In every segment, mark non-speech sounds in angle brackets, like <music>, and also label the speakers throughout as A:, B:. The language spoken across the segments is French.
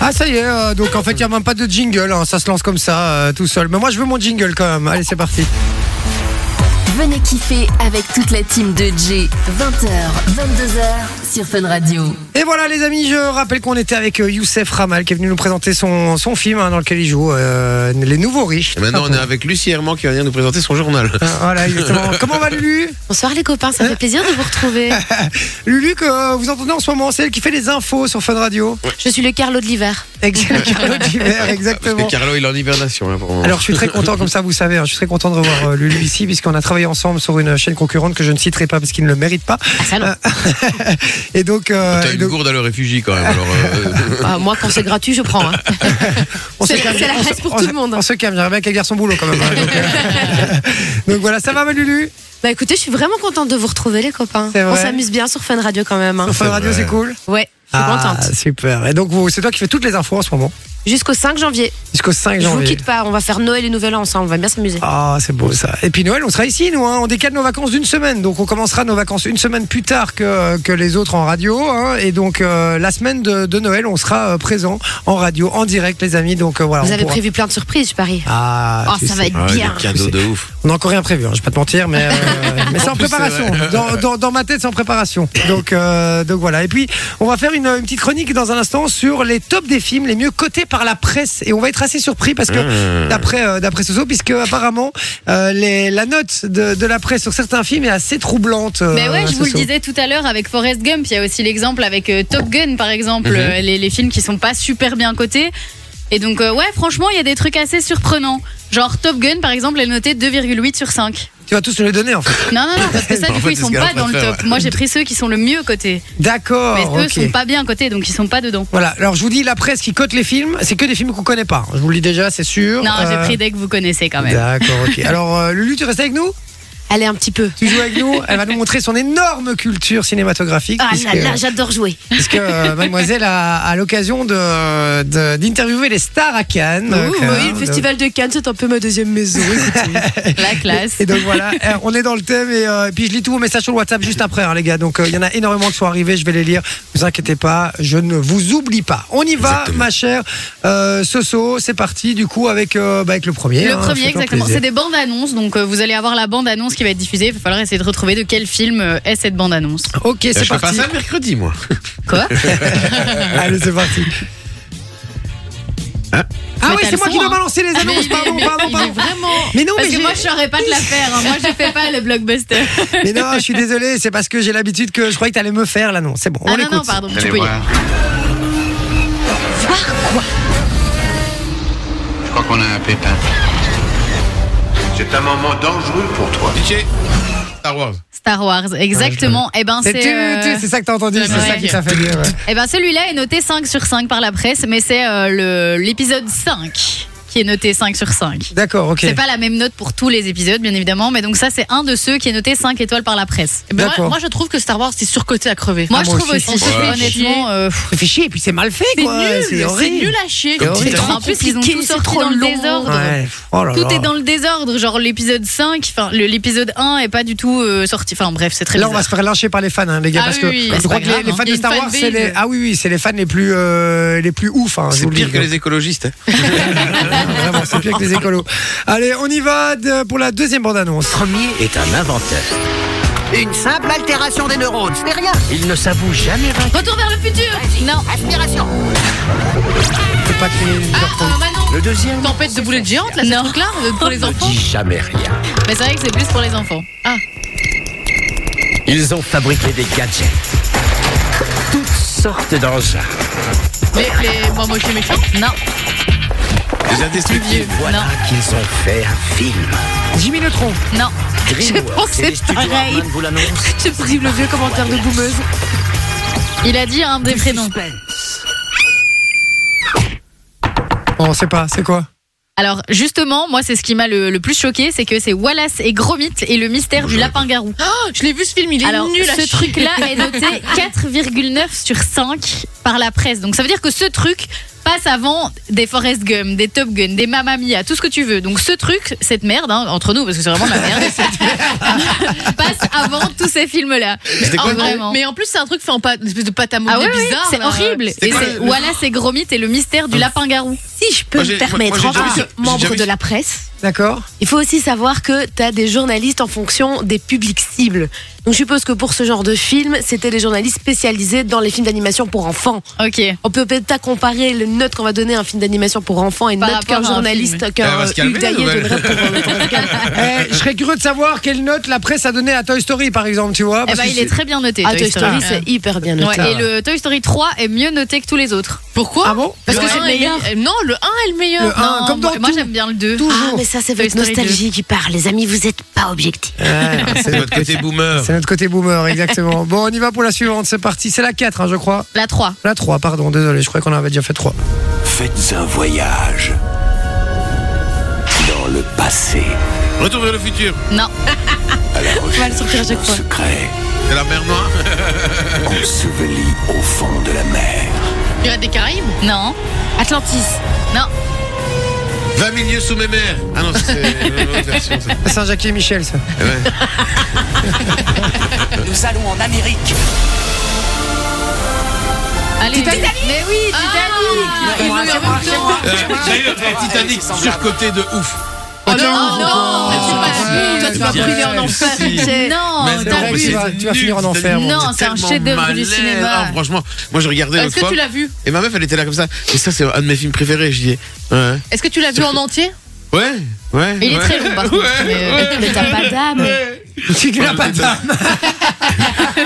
A: Ah ça y est, euh, donc en fait il n'y a même pas de jingle, hein, ça se lance comme ça euh, tout seul. Mais moi je veux mon jingle quand même, allez c'est parti.
B: Venez kiffer avec toute la team de J. 20h, 22h sur Fun Radio.
A: Et voilà les amis, je rappelle qu'on était avec euh, Youssef Ramal qui est venu nous présenter son, son film hein, dans lequel il joue, euh, Les Nouveaux Riches.
C: Et maintenant, on est avec Lucie Herman qui va venir nous présenter son journal.
A: Ah, Voilà, exactement. Comment va Lulu
D: Bonsoir les copains,
E: Euh,
D: ça fait plaisir de vous retrouver.
A: Lulu que euh, vous entendez en ce moment, c'est elle qui fait les infos sur Fun Radio.
D: Je suis le Carlo de l'hiver.
C: <laughs>
A: Exact- Carlo Diver,
C: Parce
A: exactement.
C: que Carlo, il est en hibernation là, pour le moment.
A: Alors je suis très content, comme ça vous savez, hein, je suis très content de revoir euh, Lulu ici, puisqu'on a travaillé ensemble sur une chaîne concurrente que je ne citerai pas parce qu'il ne le mérite pas.
D: Ah, ça non.
A: Et donc, euh,
C: T'as
A: et
C: une
A: donc,
C: gourde à le réfugié quand même. Alors, euh,
F: <laughs>
D: Ah, moi, quand c'est gratuit, je
A: <laughs>
D: prends. hein.
A: on
D: c'est la-
A: se calme.
D: c'est la
A: On se-
D: règle pour
A: on
D: tout
A: se-
D: le monde.
A: On se calme, j'aimerais bien qu'elle garde son boulot quand même. hein, donc,
D: <laughs>
A: euh, donc voilà, ça va ma Lulu
D: Bah écoutez, je suis vraiment contente de vous retrouver les copains.
A: C'est
D: On
A: vrai.
D: s'amuse bien sur Fun Radio quand même. hein.
A: Fun Radio,
C: vrai.
A: c'est cool
D: Ouais, je suis
A: Ah,
D: contente.
A: Super. Et donc vous- c'est toi qui fais toutes les infos en ce moment,
D: Jusqu'au 5 janvier.
A: jusqu'au 5
D: Je vous
A: janvier.
D: quitte pas, on va faire Noël et Nouvel An ensemble, on va bien s'amuser.
A: Ah, c'est beau ça. Et puis Noël, on sera ici, nous. hein. On décale nos vacances d'une semaine. Donc on commencera nos vacances une semaine plus tard que, que les autres en radio. hein. Et donc euh, la semaine de, de Noël, on sera euh, présent en radio, en direct, les amis. Donc euh, voilà.
D: vous
A: on
D: avez
A: pourra-
D: prévu plein de surprises, je parie.
A: Ah,
D: Oh,
A: tu
D: ça
A: sais.
D: va être
C: ouais, des
D: bien.
C: cadeaux de ouf.
A: On n'a encore rien prévu, hein, je vais pas te mentir,
C: <laughs>
A: mais, euh, mais c'est en
C: plus, c'est
A: préparation. Dans, dans- dans ma tête, c'est en
C: <laughs>
A: préparation. Donc, euh, donc voilà. Et puis, on va faire une, une petite chronique dans un instant sur les tops des films les mieux cotés par la presse. Et on va être assez surpris parce
C: Mmh.
A: que,
C: Ah.
A: d'après euh, d'après Soso, puisque apparemment, euh, les, la note de, de la presse sur certains films est assez troublante. euh,
C: Ah,
G: Mais Ben ouais, je vous le
A: Soso.
G: disais tout à l'heure avec Forrest Gump, il y a aussi l'exemple avec euh, Top Gun par exemple,
C: Mhm.
G: euh, les, les films qui sont pas super bien cotés. Et donc euh, ouais, franchement, il y a des trucs assez surprenants. Genre Top Gun par exemple est noté 2,8 sur 5.
A: Tu vas tous nous les donner, en fait.
G: Non non non, parce que ça
C: <laughs> En
G: du coup
C: fait,
G: ils
C: c'est ce
G: sont
C: qu'elle
G: pas
C: préfère,
G: dans le top.
C: ouais. Ah,
G: Moi j'ai pris ceux qui sont le mieux cotés,
A: D'accord.
G: mais eux
A: ok.
G: sont pas bien cotés donc ils sont pas dedans.
A: Voilà. Alors, je vous dis, la presse qui cote les films, c'est que des films qu'on connaît pas. Je vous le dis déjà, c'est sûr.
G: Non, j'ai
A: Euh,
G: pris des que vous connaissez quand même.
A: D'accord,
G: <laughs>
A: ok. Alors, euh, Lulu, tu restes avec nous
D: Allez, un petit peu.
A: Tu joues avec nous, elle va nous montrer son énorme culture cinématographique.
D: Ah
A: puisque,
D: là là, j'adore jouer.
A: puisque, euh, mademoiselle a, a l'occasion de- de- d'interviewer les stars à Cannes. euh,
D: Ouh,
A: Claire.
D: oui, le festival de Cannes, c'est un peu ma deuxième maison.
A: <laughs>
D: écoutez.
G: La classe.
A: Et donc voilà, euh, on est dans le thème et, euh, et puis je lis tous vos messages sur le WhatsApp juste après, hein, les gars. Donc euh, il y en a énormément qui sont arrivés, je vais les lire. Ne vous inquiétez pas, je ne vous oublie pas. On y va, ma chère euh, Soso, c'est parti du coup avec, euh, bah, avec le
C: Eh
A: premier.
G: Le
A: hein,
G: premier,
A: faites-leur
G: exactement.
A: plaisir.
G: C'est des bandes annonces, donc euh, vous allez avoir la bande annonce qui va être diffusée. Il va falloir essayer de retrouver de quel film euh, est cette bande annonce.
A: Ok,
C: Et
A: c'est
C: je peux faire
A: parti.
C: ça le mercredi, moi.
G: Quoi
A: <laughs> Allez, c'est parti. Ah
C: Hein
G: Mais
A: oui,
G: t'as
A: c'est
G: le
A: moi
G: son,
A: qui dois
G: hein.
A: balancer les
G: Mais
A: annonces.
G: il est-
A: Pardon,
G: <laughs> mais
A: pardon,
G: il est
A: pardon.
G: vraiment.
A: Mais non,
G: Parce
A: mais
G: que
A: j'ai-
G: moi, je saurais pas te la faire. hein. Moi, je fais pas
D: <laughs>
G: le blockbuster. Ah
A: Mais non, je suis désolé, c'est parce que j'ai l'habitude que je croyais que t'allais me faire là, non. C'est bon, on
G: ah non,
A: l'écoute.
G: non, pardon. Tu peux y aller.
H: Je crois qu'on a un pépin. C'est un moment dangereux pour toi.
C: Cliché. Star Wars.
A: Oh,
G: Star Wars, exactement. Eh ben,
A: C'est tu-
G: c'est. euh,
A: tu- c'est ça que t'as entendu, c'est
G: Ouais.
A: ça qui t'a fait dire. ouais.
G: Eh ben, celui-là est noté 5 sur 5 par la presse, mais c'est euh, le- l'épisode 5 qui est noté 5 sur 5.
A: D'accord, ok.
G: C'est pas la même note pour tous les épisodes, bien évidemment, mais donc ça, c'est un de ceux qui est noté 5 étoiles par la presse.
D: Ben, moi,
A: D'accord.
D: moi, je trouve que Star Wars, c'est surcoté à crever.
G: Moi,
A: Ah,
G: je
A: moi
G: trouve
A: aussi.
G: aussi,
D: On
C: s'est fait
G: honnêtement, euh, pff,
A: Ça fait chier, et puis c'est mal fait,
D: C'est
A: quoi.
D: nul, c'est
A: horrible.
D: nul à chier.
A: C'est horrible.
D: C'est trop
G: En plus, ils ont
D: compliqué,
G: tout
D: c'est
G: sorti
D: trop
G: dans le
D: long.
G: désordre.
A: Ouais, oh là
G: tout
A: là.
G: est dans le désordre. Genre, l'épisode 5, enfin, le- l'épisode 1 est pas du tout euh, sorti. Enfin, bref, c'est très
A: Là, on
G: bizarre.
A: va se faire lyncher par les fans, hein, les gars,
G: Ah
A: parce
G: oui,
A: que
G: oui,
A: je
G: c'est
A: crois
G: pas
A: que les,
G: grave,
A: les
G: hein.
A: fans
G: Il y
A: de
G: a
A: Star
G: une
A: Wars, c'est les,
G: fanbase.
A: ah oui, oui, c'est les fans les plus, euh, les plus ouf. Hein, je
C: C'est
A: vous le
C: pire
A: dis.
C: que les écologistes. hein.
A: <laughs> Vraiment, c'est pire que les écolos. Allez, on y va de- pour la deuxième bande-annonce.
I: premier est un inventeur. Une simple altération des neurones, ce n'est rien. Il ne s'avoue jamais vaincu.
G: Retour vers le futur Non
I: Aspiration.
A: C'est pas que les-
G: Ah, euh, Manon
I: Le deuxième
D: Tempête de boulettes géantes, là,
G: Non.
D: ce truc-là, euh, pour les
I: ne
D: enfants.
I: dit jamais rien.
G: Mais c'est vrai que c'est plus pour les enfants. Ah,
I: Ils ont fabriqué des gadgets. Toutes sortes d'engins.
D: Les, les... Moi, moi, je suis méchant.
G: non,
C: Les indestructibles.
I: Voilà qu'ils ont fait un film.
G: <laughs>
A: Jimmy Neutron.
G: non.
I: Dreamworks
D: pensais
I: et les studios
D: pareil.
I: Harman vous l'annoncent.
D: C'est horrible, le vieux commentaire de goumeuse.
G: Il a dit un des prénoms.
A: On sait pas, c'est quoi
G: Alors, justement, moi, c'est ce qui m'a le, le plus choqué, c'est que c'est Wallace et Gromit et le mystère du lapin-garou.
D: Oh, je l'ai vu ce film, il est <laughs>
G: Alors,
D: nul à
G: ce
D: chier.
G: truc-là est noté 4,9 sur 5 par la presse. Donc ça veut dire que ce truc passe avant des Forrest Gump, des Top Gun, des Mamma Mia, tout ce que tu veux. Donc ce truc, cette merde, hein, entre nous, parce que c'est vraiment de la merde,
D: <laughs>
G: passe avant tous ces films-là.
C: C'était quoi
G: Oh,
C: le nom
G: vraiment.
D: Mais en plus, c'est un truc fait en pâte, une espèce de pâte à modeler
G: Ah oui, oui,
D: bizarre.
G: c'est
D: là.
G: horrible.
D: C'est
G: Et
C: quoi
G: c'est-
C: le- Ah.
G: voilà, c'est Gromit et le mystère du lapin-garou.
F: Si je peux
C: Moi, j'ai-
F: me
C: moi, moi,
F: permettre,
C: j'ai
F: en
C: déjà vu
F: tant
C: ça.
F: que
C: J'ai déjà
F: membre
C: vu
F: de
C: ça.
F: la presse,
A: D'accord
F: il faut aussi savoir que tu as des journalistes en fonction des publics cibles. Donc je suppose que pour ce genre de film, c'était des journalistes spécialisés dans les films d'animation pour enfants.
G: Ok.
F: On peut peut-être pas comparer le note qu'on va donner à un film d'animation pour enfants et une
G: Par
F: note
G: rapport
F: qu'un
G: à un
F: journaliste,
C: Elle
F: qu'un
C: va
F: euh,
C: se calmer,
F: Hugues Daillet
C: la nouvelle.
F: donnerait pour euh, Forrest Gump.
A: Eh, Je serais curieux de savoir quelle note la presse a donnée à Toy Story, par exemple, tu vois.
G: Eh
A: parce
G: ben,
A: que
G: il est très bien noté.
F: Ah, Toy Story,
G: Ouais.
F: c'est hyper bien noté.
G: Ouais, et le Toy Story 3 est mieux noté que tous les autres.
D: Pourquoi
A: Ah bon
D: Parce
G: Le
D: que c'est
G: un
D: le
G: est
D: meilleur. Euh, Non, le 1 est le meilleur.
A: Le un,
G: Non,
A: comme dans
G: moi, moi,
A: tout.
G: j'aime bien le 2.
F: Ah, mais ça, c'est
G: Toy
F: votre
G: Story
F: nostalgie qui parle, les amis, vous êtes pas objectifs.
A: Ouais,
C: C'est votre côté boomer.
A: C'est notre côté boomer, exactement. bon, on y va pour la suivante, c'est parti. C'est la 4, hein, je crois.
G: La 3.
A: La 3, pardon, désolé, je croyais qu'on en avait déjà fait 3.
J: Faites un voyage dans le passé,
C: Retour vers le futur.
G: Non.
J: à la recherche
F: sortir à chaque
J: d'un
F: fois.
J: secret
C: C'est la mer noire.
J: enseveli au fond de la mer.
D: Pirates des Caraïbes
G: Non.
F: Atlantis.
G: Non.
C: 20 000 lieux sous mes mers. Ah non, ça, c'est une autre version. ça.
A: Saint-Jacques et Michel, ça.
I: Nous allons en Amérique.
G: Allez. Mais oui, Titanic.
D: Ah, ils l'ont eu en même temps.
C: Euh, J'ai eu un Titanic surcoté de ouf.
D: Oh non, non,
G: Oh,
D: c'est pas
G: ouais,
D: sûr. Toi, tu vas
C: c'est
D: brûler en
C: vrai.
D: enfer.
C: Si.
G: C'est- Non,
C: Mais
G: Oh, t'as
A: vrai,
G: vu.
A: tu vas- tu vas finir en
C: nul,
A: enfer,
C: Titanic,
G: mon gars.
C: c'est
G: Non, c'est un
C: tellement
G: chef-d'œuvre du
C: malaise.
G: cinéma.
C: Ah, franchement, moi je regardais
D: Est-ce
C: l'autre
D: que
C: fois
D: tu l'as vu
C: et ma meuf elle était là comme ça. Et ça c'est un de mes films préférés. Je dis ouais,
D: Est-ce que tu l'as vu en entier
C: ouais, ouais.
G: Il est
C: ouais.
G: très long, par contre, mais-
F: Mais t'as pas d'âme.
A: Tu n'as pas Ah de dame.
C: <laughs>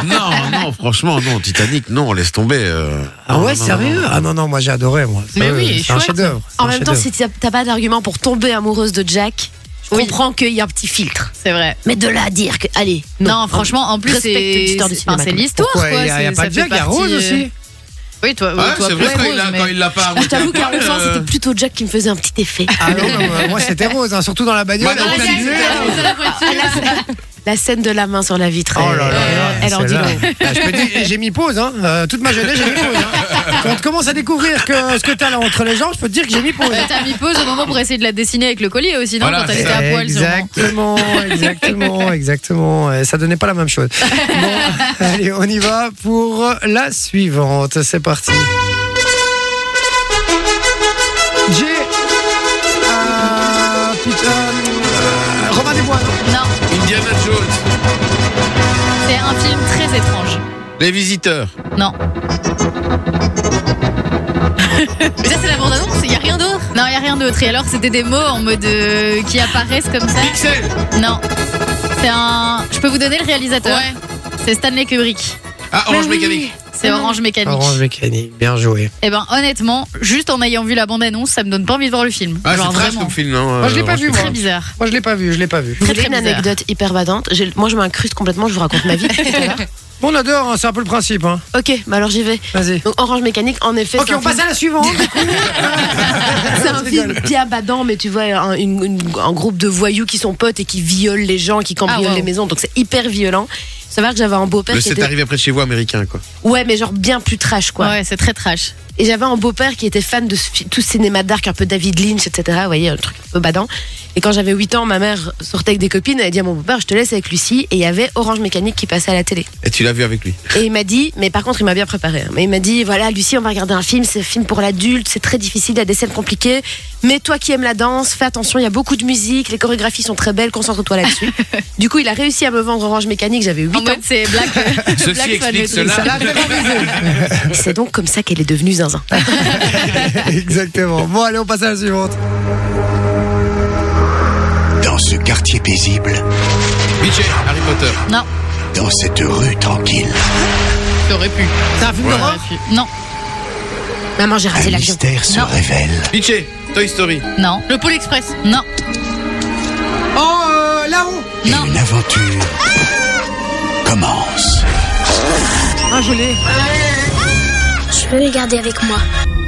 C: Non, non, franchement, non, Titanic, non, laisse tomber. euh,
A: Ah
C: non,
A: ouais,
C: non, non,
A: sérieux
C: non.
A: Ah non, non, moi j'ai adoré, moi.
D: Mais
A: Sérieux,
D: oui,
A: c'est un
D: chouette.
A: chef-d'œuvre. c'est
F: En
A: un
F: même temps,
A: chef-d'œuvre.
F: si t'as t'as pas d'argument pour tomber amoureuse de Jack, je
G: Oui.
F: comprends qu'il y a un petit filtre.
G: C'est vrai.
F: Mais de là à dire que, allez,
G: Non, franchement, en plus,
F: Respecte
G: c'est
F: l'histoire du
G: enfin,
F: cinéma,
G: c'est
F: quand même.
G: l'histoire.
A: Pourquoi
G: quoi.
A: Il y a, il y a
G: C'est-
A: pas
G: ça
A: de
G: fait
A: Jack, il y a
G: partie,
A: Rose
G: euh,
A: aussi. Ah,
G: Oui, toi,
C: Ouais,
G: toi
C: Ah, c'est
G: plus
C: vrai quand il
G: Rose,
C: l'a-
G: mais-
C: quand il l'a pas.
F: Je t'avoue qu'à
C: <laughs>
F: 11 ans,
C: euh,
F: c'était plutôt Jack qui me faisait un petit effet.
A: Ah non, non, moi, moi c'était Rose, hein, surtout dans la bagnole.
G: Ah,
C: Bah, dans
A: elle
C: la
A: était
C: bagnole,
A: habillée, hein.
F: La scène de la main sur la vitre.
A: Oh là là,
F: euh,
G: Eh,
F: elle en dit
A: celle-là.
F: long.
A: Ah, je peux dire, j'ai mis pause, hein. Euh, toute ma jeunesse, j'ai mis pause.
G: <laughs>
A: Hein. Quand tu commences à découvrir que ce que t'as là entre les jambes, je peux te dire que j'ai mis pause.
G: Euh, T'as mis pause au moment pour essayer de la dessiner avec le collier aussi, non
C: Voilà,
G: Quand elle était à poil, sûrement.
A: Exactement, exactement, exactement. Euh, Ça donnait pas la même chose.
G: <laughs>
A: Bon, allez, on y va pour la suivante. C'est parti. J'ai. Ah, putain. euh, Romain Desbois.
G: Non,
C: Indiana Jones,
G: c'est un film très étrange.
C: les visiteurs.
F: <laughs>
G: Non.
D: Mais ça, c'est la bande-annonce, il n'y a rien d'autre.
G: Non, il a rien d'autre. Et alors, c'était des mots en mode euh, qui apparaissent comme ça.
C: Pixel,
G: Non. C'est un. Je peux vous donner le réalisateur C'est Stanley Kubrick.
C: ah Orange Mécanique.
F: Mmh.
G: C'est Orange Mécanique.
A: Orange Mécanique, bien joué.
G: Et ben, honnêtement, juste en ayant vu la bande-annonce, ça me donne pas envie de voir le film.
C: Ah c'est
G: Genre,
C: trash
G: vraiment.
C: comme film non.
A: Moi, je l'ai
C: euh,
A: pas
C: Orange
A: vu, moi.
G: Très bizarre.
A: Moi, je l'ai pas vu, je l'ai pas vu.
F: Vous
G: Très,
F: voulez
G: très
F: une
G: bizarre.
F: anecdote hyper badante J'ai- Moi, je m'incruste complètement, je vous raconte ma
G: <laughs>
F: vie. tout à l'heure.
A: Bon, on adore, hein, c'est un peu le principe. Hein.
F: ok, bah alors j'y vais.
A: Vas-y.
F: Donc, Orange Mécanique, en effet,
A: Ok,
F: c'est un
A: on passe à la suivante. <laughs>
F: C'est un
A: Je
F: film
A: rigole.
F: bien badant, mais tu vois, un, une- une- un groupe de voyous qui sont potes et qui violent les gens, qui cambriolent
G: Ah, wow.
F: les maisons, donc c'est hyper violent. Ça va que j'avais un beau-père
C: Le
F: qui
C: c'est
F: était.
C: arrivé après de chez vous américain quoi.
F: Ouais, mais genre bien plus trash, quoi.
G: Ouais, c'est très trash.
F: Et j'avais un beau-père qui était fan de ce fi- tout ce cinéma d'arc, un peu David Lynch, etc. Vous voyez, un truc un peu badant. Et quand j'avais 8 ans, ma mère sortait avec des copines, elle a dit à mon beau-père, je te laisse avec Lucie. Et il y avait Orange Mécanique qui passait à la télé.
C: Et tu l'as vu avec lui.
F: Et il m'a dit, mais par contre, il m'a bien préparé. hein. Mais il m'a dit, voilà, Lucie, on va regarder un film. C'est un film pour l'adulte. C'est très difficile. Il y a des scènes compliquées. Mais toi qui aimes la danse, fais attention. Il y a beaucoup de musique. Les chorégraphies sont très belles. Concentre-toi <laughs> là-dessus. du coup, il a réussi à me vendre Orange Mécanique. J'avais 8
G: En
F: ans.
G: mode, c'est Black.
C: Ceci explique
A: Ça
C: cela.
A: l'a vraiment baisé.
F: Et C'est donc comme ça qu'elle est devenue zinzin.
A: <laughs> Exactement. Bon, allez, on passe à la suivante.
J: Dans ce quartier paisible,
C: Michel, Harry Potter.
G: Non,
J: dans cette rue tranquille,
D: T'aurais pu.
A: C'est un film d'horreur
G: non,
F: Maman, j'ai
J: un
F: raté l'avion.
J: mystère se
G: Ah, Non.
J: révèle.
C: Michel, Toy Story.
G: non,
D: Le Pôle Express.
G: non,
A: Oh, euh, là-haut
J: et
G: Non.
J: Une aventure commence.
A: Ah, je l'ai.
E: Je peux le garder avec moi.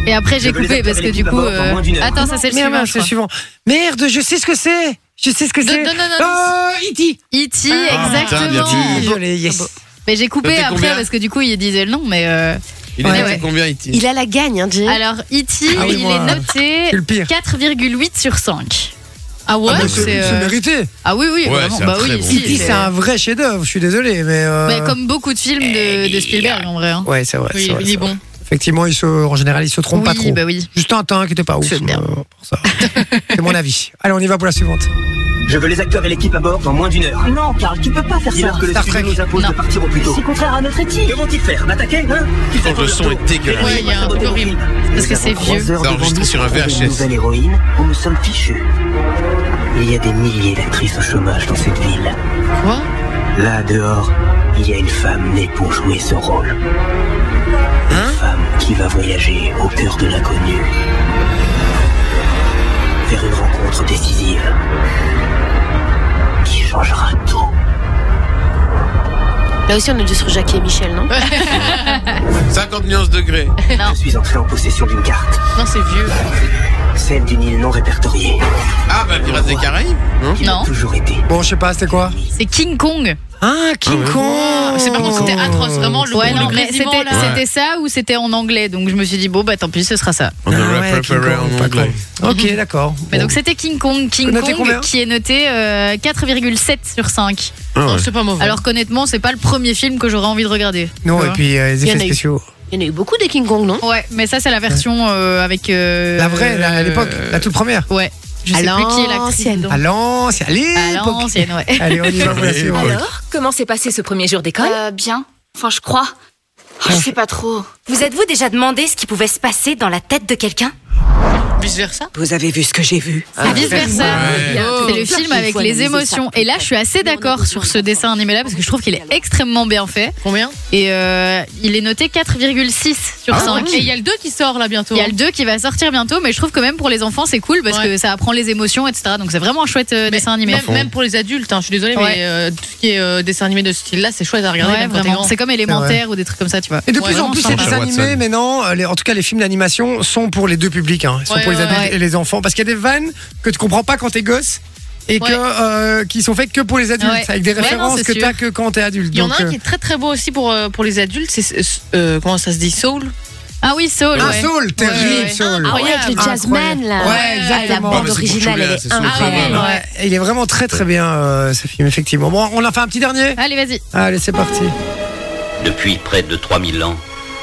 G: Et après, j'ai coupé parce que du coup. euh, Attends, ça, c'est le
A: Merde,
G: suivant. je
A: c'est le
G: crois.
A: suivant. Merde, je sais ce que c'est. Je sais ce que
G: Donne-
A: c'est.
G: donne un indice.
A: Euh, E.T.
G: E.T.,
C: Ah, putain, bien
G: E
D: Oh.
G: exactement.
C: vu.
A: Désolé, yes.
D: Ah,
G: Mais j'ai coupé
C: C'était
G: après
C: combien
G: parce que du coup, il disait le nom, mais. euh,
C: Il est
G: Ouais,
C: noté
G: ouais.
C: combien, E.T.
F: Il a la gagne, hein, Jay.
G: Alors, E.T.,
A: Ah oui,
G: il
A: moi,
G: est noté
A: c'est le pire.
G: 4,8 sur 5. Ah ouais,
A: Ah, mais c'est
G: c'est. euh,
A: c'est mérité.
G: Ah oui, oui,
C: Ouais,
G: vraiment.
C: c'est un
G: Bah
C: très
G: oui,
C: bon
G: si,
C: film.
A: E.T., E c'est un vrai chef-d'œuvre, je suis désolé, mais. euh,
G: Bah, comme beaucoup de films de, de Spielberg en vrai. hein.
A: Ouais, c'est vrai.
D: Oui,
A: c'est vrai,
D: il
A: c'est
D: est
A: vrai.
D: bon.
A: Effectivement, ils se, en général, ils se trompent
G: oui,
A: pas trop.
G: bah oui.
A: Juste un teint qui était pas ouf.
G: C'est bien.
A: euh, pour ça. c'est mon avis. Allez, on y va pour la suivante.
K: Je veux les acteurs et l'équipe à bord dans moins d'une heure.
I: Non, Karl, tu peux pas faire
K: Ils
I: ça.
K: veulent que le
A: Star
K: studio
A: Trek.
K: nous impose
G: Non.
K: de partir au plus tôt.
I: C'est contraire à notre éthique.
K: Que vont-ils faire M'attaquer hein Qu'ils
C: Quand Oh, le
K: attendent
C: son
K: leur
C: est
K: tour.
C: dégueulasse.
K: Oui,
G: Ouais, il y a un
K: attendez
G: peu
K: leur
G: horrible.
K: tour.
G: Parce
K: Nous
G: que
K: avons
G: c'est
K: trois
G: vieux.
K: heures
C: C'est
K: devant
C: enregistré
K: nous
C: sur un
K: pour trouver Une
C: VHS.
K: nouvelle héroïne ou nous sommes fichus. Il y a des milliers d'actrices au chômage dans cette ville.
G: Quoi
K: Là dehors, il y a une femme née pour jouer ce rôle.
F: Hein
K: une femme qui va voyager au cœur de l'inconnu. Faire une rencontre décisive. Qui changera tout.
F: Là aussi, on est dû sur Jackie et Michel, non
C: 50 nuances degrés.
G: Non,
K: Je suis entré en possession d'une carte.
G: non c'est vieux.
K: Celle d'une île non répertoriée.
C: Ah, bah, Pirates des Caraïbes. Non
K: Qui
G: Non.
K: m'a toujours été.
A: Bon, je sais pas, c'était quoi
G: C'est King Kong.
A: Ah, Oh. King Kong
D: C'est par contre, c'était atroce, vraiment. Le,
G: Oh. Ouais,
D: le
G: non, mais
D: grésillement,
G: c'était
D: là.
G: c'était ça ou c'était en anglais. Donc je me suis dit, bon, bah tant pis, ce sera ça.
C: On
A: Ah
C: aurait
A: ouais, King
C: préféré
A: Kong,
C: en
A: pas
C: anglais.
A: con. Ok, d'accord.
G: Mais
A: Bon.
G: donc c'était King Kong, King
A: Noté combien
G: Kong qui est noté euh, 4,7 sur 5.
C: Ah ouais.
D: Non, C'est pas mauvais.
G: Alors qu'honnêtement, c'est pas le premier film que j'aurais envie de regarder.
A: non,
G: Tu
A: et
G: vois.
A: puis euh, les
F: Il y en
A: effets
F: a eu.
A: spéciaux.
F: Il y en a eu beaucoup des King Kong, non
G: Ouais, mais ça c'est la version euh, avec. euh,
A: La vraie, la- à l'époque,
G: euh,
A: la toute première.
G: Ouais. Je sais
F: Alors,
G: plus qui est l'actrice.
F: c'est elle.
G: dedans.
A: À l'ancienne, à
G: À
A: l'époque.
G: l'ancienne, ouais.
A: Allez, on y va pour la
C: Oui.
A: suivante.
L: Alors, comment s'est passé ce premier jour d'école
E: Euh, bien. Enfin, je crois. Oh, je sais pas trop.
L: Vous êtes-vous déjà demandé ce qui pouvait se passer dans la tête de quelqu'un
D: vice versa.
I: Vous avez vu ce que j'ai vu
G: Ah, vice versa.
C: Ouais.
G: Oh. C'est le film avec les émotions. Et là, je suis assez d'accord sur ce dessin animé là parce que je trouve qu'il est extrêmement bien fait.
D: Combien Ah,
G: Et euh, il est noté 4,6 sur 5.
D: Et il y a le 2 qui sort là bientôt.
G: Il y a le 2 qui va sortir bientôt, mais je trouve que même pour les enfants, c'est cool parce
D: Ouais.
G: que ça apprend les émotions, etc. Donc c'est vraiment un chouette euh,
D: Mais
G: dessin animé.
D: Même, même pour les adultes, hein, je suis désolée,
G: Ouais.
D: mais euh, tout ce qui est euh, dessin animé de ce style-là, c'est chouette à regarder.
G: Ouais,
D: même quand t'es
G: vraiment.
D: grand.
G: C'est comme élémentaire ou des trucs comme euh, ça, tu vois.
A: Et de
D: Ouais,
A: plus en
D: vraiment,
A: plus,
D: ça
A: les
D: marche.
A: dessins
C: Watson.
A: animés, maintenant, euh, les- en tout cas les films d'animation, sont pour les deux publics. hein. Ils sont
D: Ouais,
A: pour les
D: ouais,
A: adultes
G: ouais.
A: et les enfants. Parce qu'il y a des vannes que tu comprends pas quand t'es gosse et que,
D: Ouais.
A: euh, qui sont faites que pour les adultes,
G: Ouais.
A: avec des
G: Ouais, non,
A: références
G: c'est
A: que
G: sûr.
A: t'as que quand t'es adulte.
D: Il y en
A: Donc,
D: a un
A: euh,
D: qui est très très beau aussi pour, euh, pour les adultes, c'est. euh, comment ça se dit Soul
G: Ah oui, Saul.
A: Ah,
G: ouais.
A: Saul, terrible
D: ouais.
A: Saul.
F: Ah ouais, avec le
A: Euh,
F: jazzman,
A: Incroyable.
F: là.
A: Ouais,
F: La
A: exactement.
C: Ah, mais
F: bande
C: c'est pour
F: originale,
C: Julia,
F: elle
C: c'est
F: est
C: son
F: incroyable.
D: film.
A: Ouais, il est vraiment très très bien euh, ce film, effectivement. Bon, on a fait un petit dernier
G: Allez, vas-y.
A: Allez, c'est parti.
K: Depuis près de 3000 ans,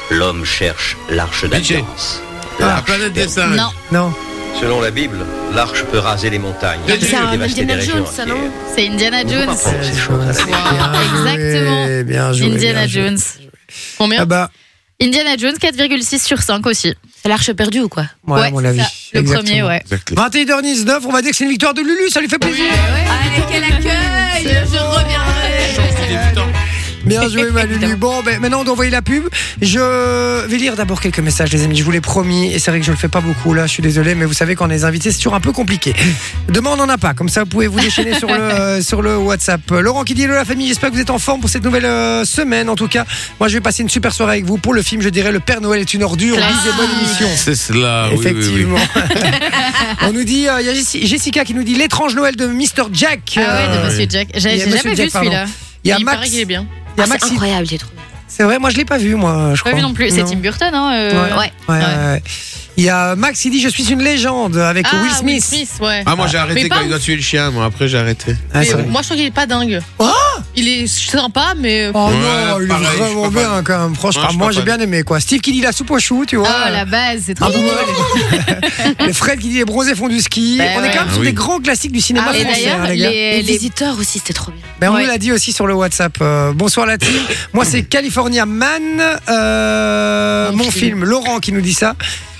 K: l'homme cherche l'arche
C: Budget.
K: d'alliance.
C: La planète des singes.
G: Non.
A: Non.
K: Selon la Bible, l'arche peut raser les montagnes.
C: C'est
F: C'est un
K: Dévaster des
F: Indiana
K: régions
F: Jones, ça,
K: entières.
F: non
G: C'est Indiana Jones.
A: C'est chaud, c'est bien joué,
G: Exactement.
A: Bien joué.
G: Indiana
A: bien joué.
G: Jones.
D: Combien
A: Ah bah,
G: Indiana Jones, 4,6 sur 5 aussi.
F: C'est l'arche perdue ou quoi Ah,
A: ouais, à mon
G: c'est
A: avis.
G: ça, Le
A: Exactement.
G: premier, ouais.
C: Exactement.
A: 21h19, on va dire que c'est une victoire de Lulu, ça lui fait plaisir.
D: Ah
G: quel accueil Je reviendrai.
C: Il est putain.
A: Bien joué, ma Lulu. Bon, ben, maintenant, on doit envoyer la pub. Je vais lire d'abord quelques messages, les amis. Je vous l'ai promis. Et c'est vrai que je le fais pas beaucoup, là. Je suis désolé, mais vous savez, quand on est invité, c'est toujours un peu compliqué. Demain, on n'en a pas. Comme ça, vous pouvez vous déchaîner sur le,
G: <laughs>
A: euh, sur le WhatsApp. Euh, Laurent qui dit Hello, la famille. J'espère que vous êtes en forme pour cette nouvelle euh, semaine. En tout cas, moi, je vais passer une super soirée avec vous pour le film, je dirais, Le Père Noël est une ordure. Lisez bonne émission.
C: C'est cela, Ah oui, oui, oui. <laughs>
A: Effectivement. on nous dit, euh, il y a Jessi- Jessica qui nous dit l'étrange Noël de Mr. Jack.
G: Ah ouais, de
A: Euh,
G: Monsieur Jack. J'ai
A: il y a
G: j'ai
A: Monsieur
G: jamais
A: Jack,
G: vu celui-là.
A: Il y a
D: Il
A: Max.
D: paraît qu'il est bien.
A: Il y a
F: Ah,
A: Max-
F: C'est incroyable, j'ai trouvé.
A: C'est vrai, moi je l'ai pas vu, moi. Je
G: Pas
A: crois.
G: vu non plus. C'est
A: Non.
G: Tim Burton, hein euh,
A: Ouais. Ouais, ouais, ouais. Il y a Max qui dit Je suis une légende avec
D: Ah,
A: Will Smith.
D: ouais.
C: Ah, moi j'ai arrêté
D: Mais
C: quand
D: pas-
C: il doit tuer le chien, moi après j'ai arrêté.
A: Ah,
D: Mais,
A: c'est
D: euh,
A: vrai.
D: moi, je trouve qu'il est pas dingue.
A: Ah
D: il est sympa, mais. euh,
A: Oh
C: Ouais,
A: non, il est
C: pareil, je suis
A: vraiment
C: pas
A: bien
C: fan.
A: quand même. Franchement,
C: Ouais, je suis
A: moi
C: pas
A: j'ai
C: fan.
A: bien aimé quoi. Steve qui dit la soupe au chou, tu vois.
G: Ah, la base, c'est trop
A: Un peu
G: drôle. <laughs>
A: molle. Les Fred qui dit les bronzés font du ski.
G: Bah
A: on est
G: ouais.
A: quand même
C: Ah
A: sur
C: oui.
A: des grands classiques du cinéma
G: Ah, et
A: français,
G: d'ailleurs,
A: hein, les gars.
G: les,
F: Les
G: les
F: visiteurs aussi, c'était trop bien.
A: Ben, on
G: Ouais.
A: nous l'a dit aussi sur le WhatsApp. Euh, bonsoir la team. Moi c'est California Man, euh, mon,
D: Mon
A: film.
D: film.
A: Laurent qui nous dit ça.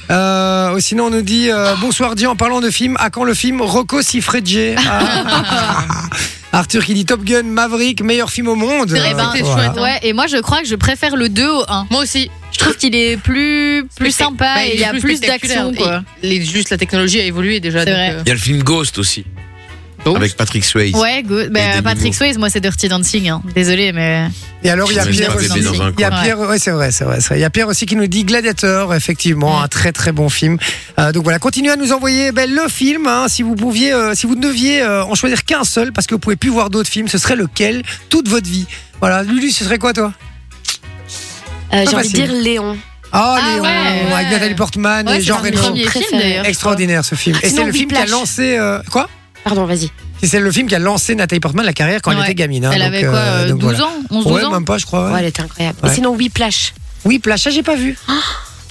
A: Euh, oh, sinon on nous dit euh, bonsoir Dieu en parlant de film. À quand le film Rocco Siffredje Ah. <laughs> Arthur qui dit Top Gun, Maverick, meilleur film au monde. Euh,
G: Eh ben,
D: c'était
A: voilà.
D: chouette, hein.
G: Ouais, et moi je crois que je préfère le 2 au 1.
D: Moi aussi.
G: Je trouve qu'il est plus, plus
D: Spectac-
G: sympa
D: Bah,
G: et il y a
D: est
G: plus
D: spectaculaire.
G: d'action. quoi.
D: Et- et juste la technologie a évolué déjà.
G: C'est
D: donc,
G: vrai.
D: euh,
C: Il y a le film Ghost aussi.
D: Ghost
C: Avec Patrick Swayze.
G: Ouais, go- bah,
C: Denis
G: Patrick
C: Moore.
G: Swayze, moi c'est Dirty Dancing. hein. Désolé, mais.
A: Et alors il y a
C: Je suis
A: Pierre
C: pas
A: aussi.
C: bébé dans un
A: Il y a
G: coin.
A: Pierre, ouais, c'est vrai, c'est vrai, c'est vrai. Il y a Pierre aussi qui nous dit Gladiateur,
C: Mm.
A: effectivement, un très très bon film. Euh, donc voilà, continuez à nous envoyer ben, le film. hein, si vous pouviez, euh, si vous ne deviez euh, en choisir qu'un seul, parce que vous pouvez plus voir d'autres films, ce serait lequel toute votre vie. Voilà, Lulu, ce serait quoi toi
F: Euh, J'ai envie de
A: facile.
F: dire Léon.
A: Ah,
G: Ah
A: Léon,
G: ouais.
A: avec Nathalie Portman
G: Ouais,
A: et
G: c'est
A: Jean
G: dans le
A: Reno.
G: premier film, d'ailleurs, je
A: Extraordinaire ce film. Et
G: Sinon,
A: c'est le film qui a
G: Whiplash.
A: lancé. euh, quoi
F: Pardon, vas-y.
A: Et C'est le film qui a lancé Nathalie Portman la carrière quand elle
F: Ouais.
A: était gamine. hein,
F: Elle
A: donc,
F: avait quoi,
A: euh,
F: euh,
A: donc
F: 12
A: voilà.
F: ans, 11, 12
A: Ouais, bah,
F: ans
A: même pas, je crois.
F: Ouais, elle était incroyable.
A: Ouais.
F: Et sinon, Whiplash.
A: Whiplash, ça, j'ai pas vu.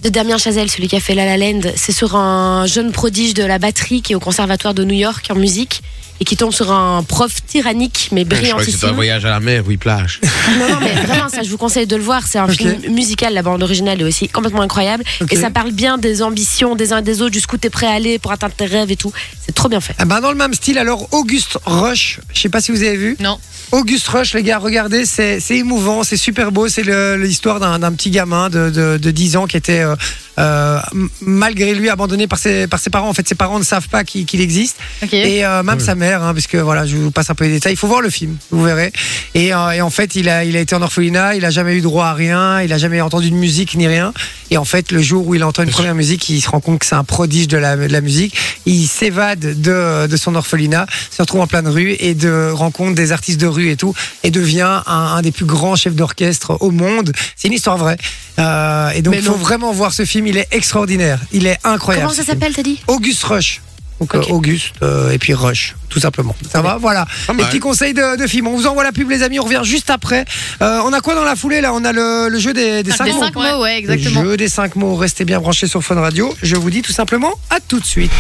F: de Damien Chazelle, celui qui a fait La La Land. C'est sur un jeune prodige de la batterie qui est au conservatoire de New York en musique et qui tombe sur un prof tyrannique mais
C: Je crois que c'était un
F: brillantissime.
C: voyage à la mer, oui, plage.
F: Non, non, mais vraiment, ça, je vous conseille de le voir. C'est un film musical, la bande originale est aussi complètement incroyable. Et ça parle bien des ambitions des uns et des autres, jusqu'où t'es prêt à aller pour atteindre tes rêves et tout. C'est trop bien fait.
A: Ah ben, dans le même style, alors Auguste Rush, je sais pas si vous avez vu.
G: Non.
A: Auguste Rush, les gars, regardez, c'est c'est émouvant, c'est super beau, c'est le- l'histoire d'un d'un petit gamin de, de- de 10 ans qui était, euh, euh, m- malgré lui, abandonné par ses, par ses parents. En fait, ses parents ne savent pas qu'il qu'il existe.
G: Ok.
A: Et euh, même
G: Ouais.
A: sa mère, hein, puisque voilà, je vous passe un peu les détails. Il faut voir le film, vous verrez. Et, euh, et en fait, il a, il a été en orphelinat, il a jamais eu droit à rien, il a jamais entendu de musique ni rien. Et en fait, le jour où il entend une première musique, il se rend compte que c'est un prodige de la, de la musique. Il s'évade de, de son orphelinat, se retrouve en pleine rue et de rencontre des artistes de rue et tout, et devient un, un des plus grands chefs d'orchestre au monde. C'est une histoire vraie. Euh, et donc,
F: Mais
A: il faut
F: non.
A: vraiment voir ce film. Il est extraordinaire, il est incroyable.
F: Comment
A: ce
F: ça
A: film.
F: s'appelle, t'as dit
A: Auguste Rush. Donc euh, Auguste euh, et puis Rush, tout simplement. Ça va, voilà. Les
C: mal.
A: petits conseils de, de films. On vous envoie la pub, les amis. On revient juste après. Euh, on a quoi dans la foulée là On a le, le jeu des, des
G: Ah, Des
A: cinq mots.
G: cinq mots, ouais, exactement.
A: Le jeu des cinq mots. Restez bien branchés sur Fun Radio. Je vous dis tout simplement à tout de suite.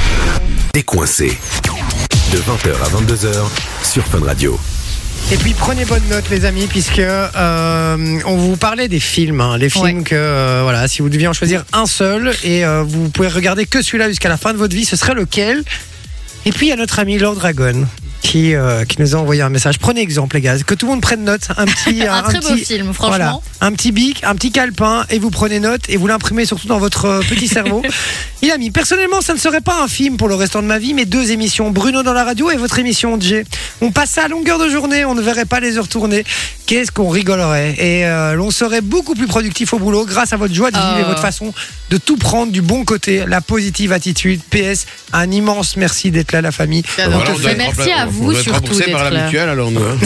M: Décoincé. De 20h à 22h sur Fun Radio.
A: Et puis prenez bonne note les amis puisque euh, on vous parlait des films, hein, les films que euh, voilà si vous deviez en choisir un seul et euh, vous pouvez regarder que celui-là jusqu'à la fin de votre vie, ce serait lequel Et puis il y a notre ami Lord Dragon qui euh, qui nous a envoyé un message. Prenez exemple les gars, que tout le monde prenne note, un petit
G: <laughs> Un très beau
A: petit-
G: film, franchement.
A: voilà, un petit bic, un petit calepin et vous prenez note et vous l'imprimez surtout dans votre euh, petit cerveau. Il a mis personnellement, ça ne serait pas un film pour le restant de ma vie, mais deux émissions Bruno dans la radio et votre émission DJ. On passait à longueur de journée, on ne verrait pas les heures tourner. Qu'est-ce qu'on rigolerait et euh, l'on serait beaucoup plus productif au boulot grâce à votre joie de vivre et
G: Oh.
A: votre façon de tout prendre du bon côté, la positive attitude. PS, un immense merci d'être là la famille.
C: Voilà,
A: On te
C: on doit
A: fait-
C: être rempla- on doit être remboursé par la mutuelle, alors
A: <laughs>
C: nous. hein.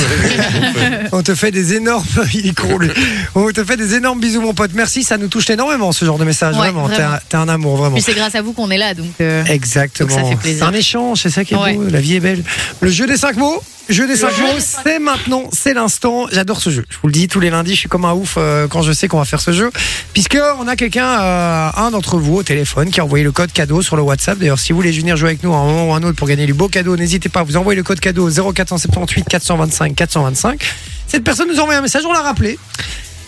A: on te fait des énormes. <laughs> Il est con, lui. On te fait des énormes bisous, mon pote. Merci, ça nous touche énormément, ce genre de message.
G: Ouais,
A: vraiment, t'es
G: vraiment.
A: un- t'es un, amour, vraiment.
G: Puis c'est grâce à vous qu'on est là, donc. euh,
A: Exactement.
G: donc ça fait
A: C'est
G: plaisir.
A: un échange, c'est ça qui est
G: Ouais.
A: beau. La vie est belle. Le jeu des cinq mots. Jeu des
G: Le
A: cinq
G: jeu
A: mots,
G: des
A: c'est maintenant, c'est l'instant. J'adore ce jeu. Je vous le dis tous les lundis, je suis comme un ouf euh, quand je sais qu'on va faire ce jeu, puisque on a quelqu'un, euh, un d'entre vous au téléphone, qui a envoyé le code cadeau sur le WhatsApp. D'ailleurs, si vous voulez venir jouer avec nous à un moment ou un autre pour gagner du beau cadeau, n'hésitez pas. Vous envoyez le code cadeau au 0478 425 425. Cette personne nous a envoyé un message, on l'a rappelé,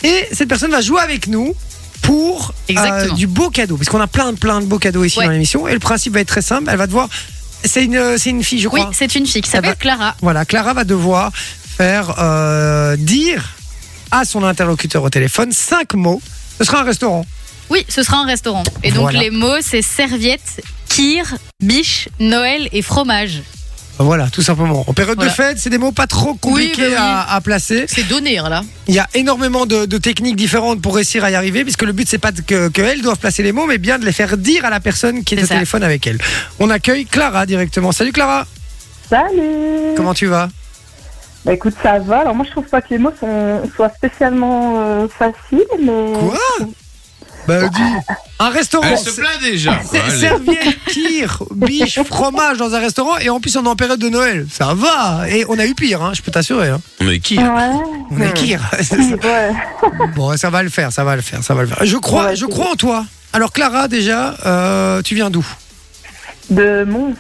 A: et cette personne va jouer avec nous pour euh,
G: Exactement.
A: du beau cadeau, parce qu'on a plein plein de beaux cadeaux ici
G: Ouais.
A: dans l'émission. Et le principe va être très simple. Elle va devoir, c'est une euh, c'est une fille, je
G: Oui,
A: crois. Eh ben.
G: c'est une fille qui
A: Elle va-
G: s'appelle Clara.
A: Voilà, Clara va devoir faire euh, dire à son interlocuteur au téléphone cinq mots. Ce sera un restaurant.
G: Oui, ce sera un restaurant. Et donc
A: Voilà.
G: les mots, c'est serviette, kir, biche, Noël et fromage.
A: Voilà, tout simplement. En période
G: Voilà.
A: de fête, c'est des mots pas trop compliqués
G: bah oui.
A: à, à placer.
D: C'est donné, hein, là.
A: Il y a énormément de, de techniques différentes pour réussir à y arriver, puisque le but c'est pas de- que, que elles doivent placer les mots, mais bien de les faire dire à la personne qui est,
G: C'est
A: au
G: ça.
A: téléphone avec elle. On accueille Clara directement. Salut Clara.
N: Salut
A: Comment tu vas
N: Bah écoute, ça va. Alors moi, je trouve pas que les mots sont, soient spécialement euh, faciles, mais...
A: Quoi Bah dis. Un restaurant.
C: Elle se plaint déjà, quoi,
A: C'est-
C: allez.
A: Serviette, kir, biche, fromage dans un restaurant et en plus on est en période de Noël. Ça va. Et on a eu pire, hein, je peux t'assurer. hein.
C: On est qui
A: On est kir. <laughs> Bon, ça va le faire, ça va le faire, ça va le faire. Je crois, je crois en toi. Alors Clara, déjà, euh, tu viens d'où
N: De Mons.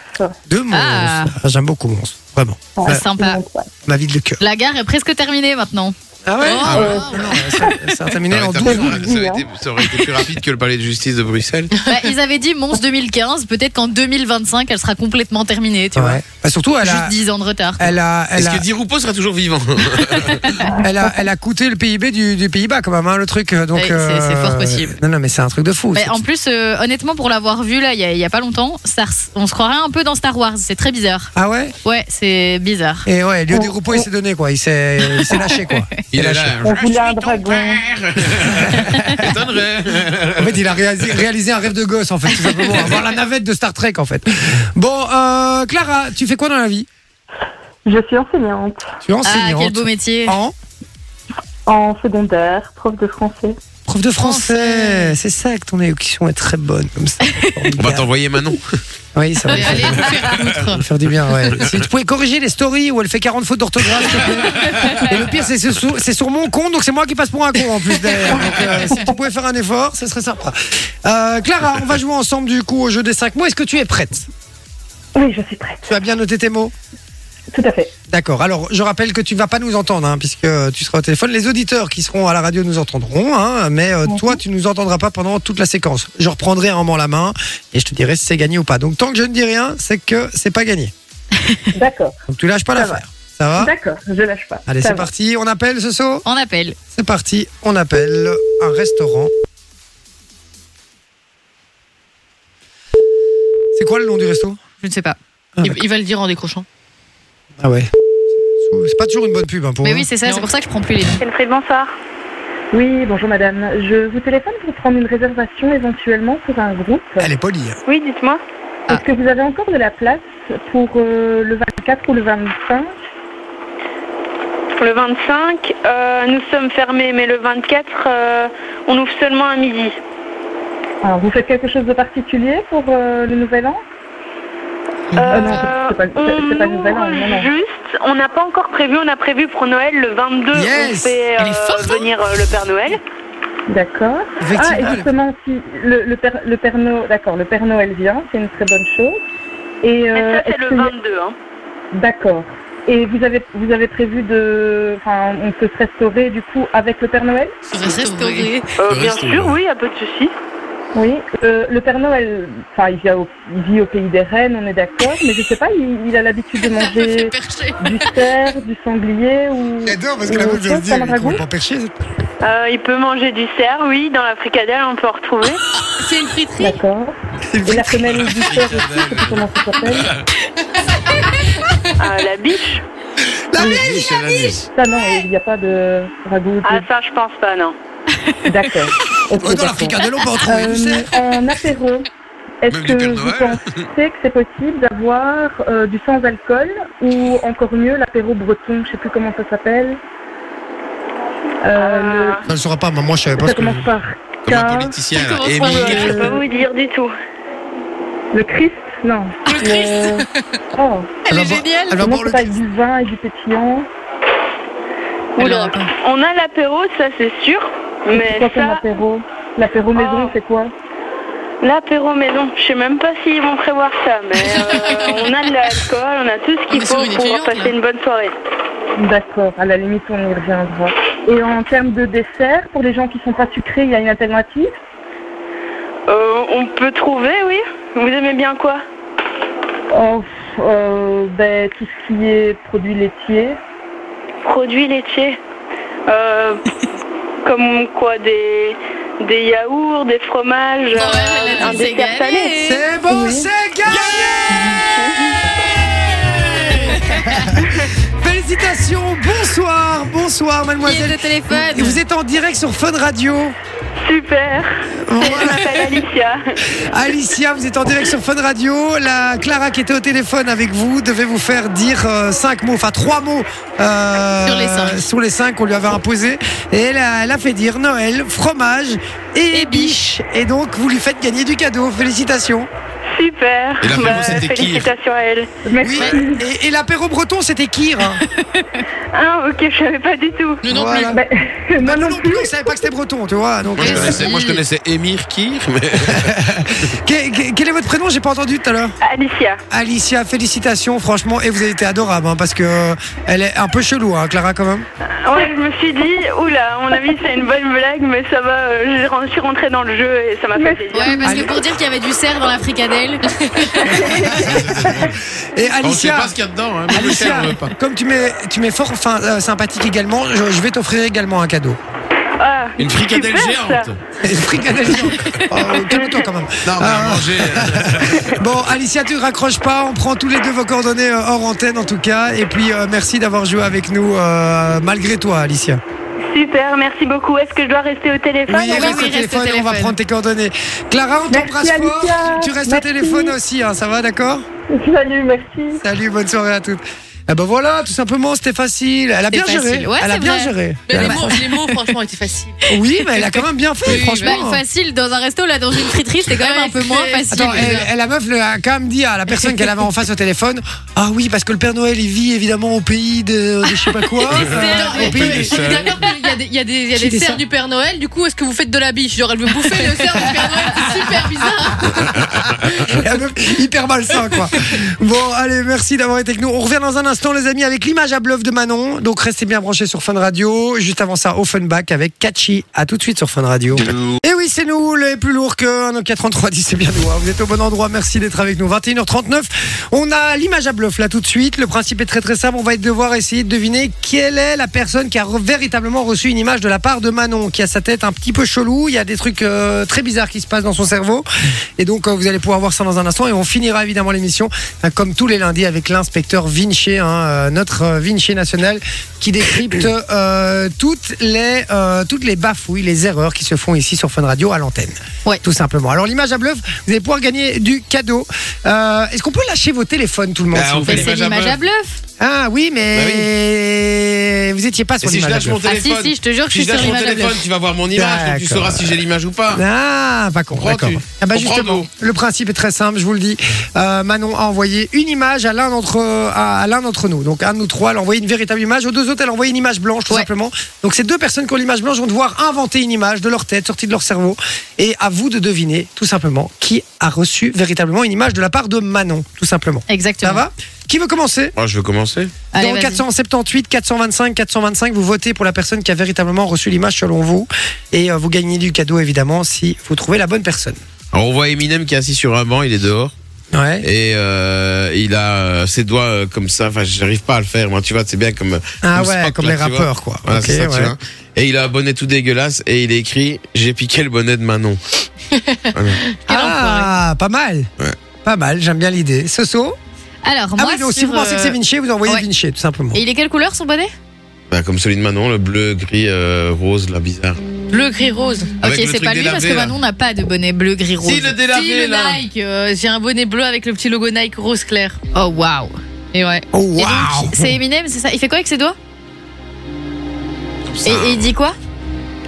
A: De Mons.
G: Ah.
A: J'aime beaucoup Mons, vraiment.
G: C'est
A: Ma-
G: sympa.
A: Ma vie de cœur.
G: La gare est presque
A: <laughs>
G: terminée maintenant.
A: Ah ouais,
G: Ah ouais.
A: Ça a terminé
C: Ça
A: en
C: aurait
A: 12
C: été- ça aurait été- Ça aurait été plus rapide que le palais de justice de Bruxelles.
G: Bah, ils avaient dit Mons 2015, peut-être qu'en 2025, elle sera complètement terminée, tu vois.
A: Ouais. Bah, surtout, elle
G: Juste
A: a,
G: 10 ans de retard.
A: elle a, elle
C: Est-ce
A: a-
C: que Di Rupo sera
A: <laughs>
C: toujours vivant
A: elle a, elle a coûté le PIB du, du Pays-Bas quand même, hein, le truc. Donc euh,
G: Ouais, c'est- c'est fort possible.
A: Non, non, mais c'est un truc de fou.
G: Mais
A: C'est-
G: en plus, euh, honnêtement, pour l'avoir vu là, il y, a- il y a pas longtemps, ça res- on se croirait un peu dans Star Wars. C'est très bizarre.
A: Ah ouais
G: Ouais, c'est bizarre.
A: Et ouais, Lio Di Rupo, il s'est donné quoi, il s'est, il s'est lâché quoi.
C: <laughs> Il est là. hein.
N: On voulait un dragon.
C: <laughs>
A: En fait, il a réalisé, réalisé un rêve de gosse en fait, tout simplement. Avoir la navette de Star Trek en fait. Bon, euh, Clara, tu fais quoi dans la vie
N: Je suis enseignante
A: Tu es
G: Ah,
A: enseignante.
G: quel beau métier.
A: En
N: en secondaire, prof de français.
A: Prof de français, c'est ça que ton élocution est très bonne comme ça.
C: <laughs> On va t'envoyer Manon.
A: Ah Oui, ça va. lui faire-
C: Allez, allez,
A: ça va lui faire du bien, ouais. Si tu pouvais corriger les stories où elle fait 40 fautes d'orthographe. s'il te plaît. Et le pire, c'est sur, c'est sur mon compte, donc c'est moi qui passe pour un con en plus derrière. Donc, euh, si tu pouvais faire un effort, ce serait sympa. Euh, Clara, on va jouer ensemble du coup au jeu des 5 mots. Est-ce que tu es prête
N: Oui, je suis prête.
A: Tu as bien noté tes mots
N: Tout à fait.
A: D'accord. Alors, je rappelle que tu ne vas pas nous entendre, hein, puisque tu seras au téléphone. Les auditeurs qui seront à la radio nous entendront, hein, mais euh, toi, tu nous entendras pas pendant toute la séquence. Je reprendrai un moment la main et je te dirai si c'est gagné ou pas. Donc, tant que je ne dis rien, c'est que c'est pas gagné.
N: D'accord.
A: Donc, tu lâches pas l'affaire. Ça va
N: D'accord, je lâche pas.
A: Ah. Allez,
N: Ça
A: c'est
N: va.
A: parti. On appelle, ce saut
G: On appelle.
A: C'est parti. On appelle un restaurant. C'est quoi le nom du resto
D: Je ne sais pas. il, il va le dire en décrochant.
A: Ah ouais. C'est pas toujours une bonne pub hein, pour
G: Mais
A: eux.
G: oui, c'est ça, c'est pour ça que je prends plus les noms.
N: Elfried, bonsoir. Oui, bonjour madame. Je vous téléphone pour prendre une réservation éventuellement pour un groupe.
A: Elle est polie. hein.
N: Oui, dites-moi. Est-ce que vous avez encore de la place pour euh, le 24 ou le 25
O: Le 25, euh, nous sommes fermés, mais le 24, euh, on ouvre seulement à midi.
N: Alors, Vous faites quelque chose de particulier pour euh, le nouvel an
O: Euh,
N: Ah non, c'est pas, c'est- c'est pas le nouvel an, non, non.
O: Juste, on n'a pas encore prévu, on a prévu pour Noël le 22,
N: Yes
O: on fait
N: Elle est
O: euh,
N: forte, hein
O: venir euh, le Père Noël.
N: D'accord. Ah, et
O: Effectivement.
N: justement, si le, le père, le père Noël, d'accord, le Père Noël vient, c'est une très bonne chose. Et
O: Mais
N: euh,
O: ça, c'est
N: est-ce
O: le
N: qu'il y a-
O: 22. Hein.
N: D'accord. Et vous avez, vous avez prévu de. Enfin, on peut se restaurer du coup avec le Père Noël
G: Restaurer.
O: Euh, bien sûr, oui, il a pas de souci.
N: Oui. Euh, le Père Noël, enfin, il, vient au- il vit au pays des rennes, on est d'accord, mais je sais pas, il, il a l'habitude
O: <laughs>
N: de manger du cerf, du sanglier ou. J'adore
A: parce que la meuf vient de dire, il est complètement perché.
O: Euh, il peut manger du cerf, oui, dans la fricadelle, on peut en retrouver.
G: <laughs> C'est une friterie.
N: D'accord. Et la femelle du cerf aussi, je sais comment
O: <laughs>
N: ça s'appelle
O: Ah, la biche
A: La
O: biche, la biche
N: Ça, non, il n'y a pas de ragoût.
O: Ah, ça, je pense pas, non.
N: <laughs> D'accord. Ok,
O: Autant la
N: d'accord. Euh,
O: fricadelle, on peut en
A: Euh,
O: trouver, tu sais.
N: Un apéro. Est-ce
O: Même
N: que
O: du Père
N: vous
O: Noël.
N: pensez que c'est possible d'avoir euh, du sans alcool ou encore mieux l'apéro breton, je sais plus comment ça s'appelle. Euh,
A: Ça ne le saura pas, mais moi je savais
N: le-
A: pas
N: ça
A: ce que.
N: commence par
A: Comme un
N: K.
A: politicien, là.
N: Ça commence
A: Et
C: Oh
N: par,
A: Émile.
N: euh,
O: Je peux pas vous dire du tout.
N: Le Christ, non. Le Christ. Oh.
O: Elle est géniale. Elle va
N: Comment
O: boire
N: ça
O: le
N: s'appelle du vin et du pétillant.
O: Oula, on a l'apéro, ça c'est sûr,
N: Et
O: mais
N: c'est quoi comme
O: ça, Oh.
N: apéro L'apéro maison, c'est quoi
O: l'apéro maison, je sais même pas s'ils vont prévoir ça,
N: <laughs>
O: mais euh, on a de l'alcool, on a tout ce qu'il faut pour passer une bonne soirée.
N: D'accord, à la limite on y reviendra. Et en termes de dessert, pour les gens qui sont pas sucrés, il y a une alternative
O: Euh, on peut trouver, oui. Vous aimez bien quoi
N: Oh, euh, ben, Tout ce qui est produits laitiers.
O: Produits laitiers.
N: <laughs>
O: Euh, comme quoi des, des yaourds, des fromages, euh, un dessert salé.
A: C'est bon, c'est gagné
N: <laughs>
A: Félicitations, bonsoir, bonsoir mademoiselle.
G: Qui est au téléphone
A: Vous êtes en direct sur Fun Radio.
O: Super.
A: Je
O: m'appelle Alicia.
A: Alicia, vous êtes en direct sur Fun Radio. La Clara qui était au téléphone avec vous devait vous faire dire euh, cinq mots, enfin trois mots euh,
G: Sur les cinq.
A: sur les cinq qu'on lui avait imposés. Et elle a, elle a fait dire Noël, fromage et, biche. Et donc vous lui faites gagner du cadeau. Félicitations.
O: Super.
A: Et l'apéro,
O: Bah,
A: c'était qui
O: félicitations à elle.
A: Oui, et, et l'apéro breton, c'était Kir.
G: <laughs>
A: hein.
O: Ah ok, je savais pas du tout.
A: Voilà.
N: <laughs>
A: Bah, nous non plus, on savait pas que c'était breton, tu vois. Donc, euh,
C: Moi je, connaissais, moi, je connaissais Émir Kir, mais.
A: Quel, quel- quel est votre prénom J'ai pas entendu tout à l'heure.
O: Alicia.
A: Alicia, félicitations, franchement. Et vous avez été adorable, hein, parce que euh, elle est un peu chelou, hein, Clara, quand même.
O: Ouais, je me suis dit, oula, on a mis c'est une bonne blague, mais ça va, euh, j'ai ren- je suis rentrée dans le jeu et ça m'a fait plaisir.
G: Ouais, parce que pour dire qu'il y avait du cerf dans la fricadelle.
A: Et
C: On sait
A: Alicia,
C: pas ce qu'il y a dedans, hein, mais le
A: Alicia,
C: chien, on veut pas.
A: comme tu m'es, tu m'es fort enfin, euh, sympathique également, je, je vais t'offrir également un cadeau. <laughs>
O: Ah,
C: Une fricadelle
O: super,
C: géante.
O: ça.
A: Une fricadelle géante. Oh, calme-toi quand même.
C: Non, mais à
A: Euh,
C: manger.
A: <laughs> Bon, Alicia, tu ne raccroches pas. On prend tous les deux vos coordonnées euh, hors antenne, en tout cas. Et puis, euh, merci d'avoir joué avec nous, euh, malgré toi, Alicia.
O: Super, merci beaucoup. Est-ce que je dois rester au téléphone
A: Oui, reste au téléphone et on va prendre tes coordonnées. Clara, on
O: Merci,
A: t'embrasse fort.
O: Alicia.
A: Tu restes au
O: Merci.
A: téléphone aussi, hein, ça va, d'accord
N: Salut, merci.
A: Salut, bonne soirée à toutes. Ah bah voilà, tout simplement, c'était facile. Elle a
D: C'est
A: bien
D: facile.
A: géré.
D: Ouais,
A: elle a
D: c'est
A: bien
D: vrai.
A: géré.
D: Mais
A: Elle
D: les,
A: a-
D: mots, les mots, franchement, étaient faciles.
A: Oui, mais elle a quand même bien fait, franchement.
G: Ouais, bah, facile dans un resto là, dans une friterie, c'était quand même un peu moins facile.
A: Attends, euh, elle, elle, la meuf le a quand même dit à la personne qu'elle avait en face au téléphone Ah oui, parce que le Père Noël, il vit évidemment au pays de, de je sais pas quoi. euh,
D: Attends, mais-
A: au pays des
D: on est d'accord qu'il y a des- Il y a des, il y a
A: Qui
D: des
A: des
D: cerfs
A: cerfs
D: du Père Noël, du coup, est-ce que vous faites de la biche Genre, elle veut bouffer le cerf du Père Noël, c'est super bizarre.
A: <laughs> La meuf, hyper malsain, quoi. Bon, allez, merci d'avoir été avec nous. On revient dans un instant, les amis, avec l'image à bluff de Manon. Donc, restez bien branchés sur Fun Radio. Juste avant ça, Offenbach avec Catchy. À tout de suite sur Fun Radio. Et oui, c'est nous, les plus lourds que 1h43, c'est bien nous. hein. Vous êtes au bon endroit, merci d'être avec nous. 21h39, on a l'image à bluff là tout de suite. Le principe est très très simple, on va devoir essayer de deviner quelle est la personne qui a re- véritablement reçu une image de la part de Manon, qui a sa tête un petit peu chelou, il y a des trucs euh, très bizarres qui se passent dans son cerveau. Et donc euh, vous allez pouvoir voir ça dans un instant et on finira évidemment l'émission hein, comme tous les lundis avec l'inspecteur Vinci, hein, euh, notre euh, Vinci national qui
C: <clears throat>
A: décrypte euh, toutes les euh, toutes les bafouilles, les erreurs qui se font ici sur Fun Radio à l'antenne. Tout simplement. Alors l'image à bluff, vous allez pouvoir gagner du cadeau. Euh, Est-ce qu'on peut lâcher vos téléphones tout le monde
C: Bah,
A: s'il
C: on
A: vous
C: fait Bah
A: plaît
G: C'est l'image à bluff.
A: Ah oui, mais vous étiez pas sur
C: si je
A: l'image à
C: lâche mon
A: bluff.
C: téléphone,
G: Ah, si, si, je te jure que je suis
C: je lâche
G: sur
C: mon
G: l'image à
C: téléphone,
G: bluff.
C: tu vas voir mon image, donc tu
A: D'accord.
C: sauras si j'ai l'image ou pas.
A: Ah, pas con,
C: Comprends-tu
A: d'accord. Ah bah
C: Comprends-nous.
A: justement, le principe est très simple, je vous le dis. Euh, Manon a envoyé une image à l'un d'entre à, à l'un d'entre nous. Donc un de nous trois, elle a envoyé une véritable image. Aux deux autres, elle a envoyé une image blanche, tout simplement. Donc ces deux personnes qui ont l'image blanche vont devoir inventer une image de leur tête, sortie de leur cerveau. Et à vous de deviner, tout simplement, qui a reçu véritablement une image de la part de Manon, tout simplement.
G: Exactement.
A: Ça va Qui veut Ah, commencer
C: Moi, je veux commencer.
A: dans 478, 425, 425, vous votez pour la personne qui a véritablement reçu l'image selon vous. Et euh, vous gagnez du cadeau, évidemment, si vous trouvez la bonne personne.
C: Alors, on voit Eminem qui est assis sur un banc, il est dehors.
A: Ouais.
C: Et euh, il a euh, ses doigts euh, comme ça. Enfin, j'arrive pas à le faire. Moi, tu vois, c'est bien comme.
A: Ah ouais,
C: Spock,
A: comme
C: là,
A: les
C: tu vois.
A: rappeurs, quoi.
C: Voilà,
A: Ok,
C: c'est ça, tu
A: ouais.
C: vois. Et il a un bonnet tout dégueulasse et il écrit J'ai piqué le bonnet de Manon. <laughs> Voilà.
A: Ah, pas mal. Pas mal, j'aime bien l'idée. Soso
G: Alors,
A: Ah
G: moi,
A: oui, donc si
G: sur,
A: vous pensez que c'est
G: euh,
A: Vinci, vous envoyez
G: ouais.
A: Vinci, tout simplement.
G: Et il est quelle couleur son bonnet
C: Bah, comme celui de Manon, le bleu, gris, euh, rose, là, bizarre.
G: Bleu, gris, rose. Ok,
C: Avec le
G: c'est
C: truc
G: pas lui parce
C: délavé,
G: que
C: là.
G: Manon n'a pas de bonnet bleu, gris, rose.
D: Si, le délavé,
G: Si, le
D: là.
G: Nike. euh, J'ai un bonnet bleu avec le petit logo Nike rose clair. Oh, waouh. Et ouais.
A: Oh,
G: Et donc,
C: waouh.
G: C'est Eminem, c'est ça Il fait quoi avec ses doigts et, et il dit quoi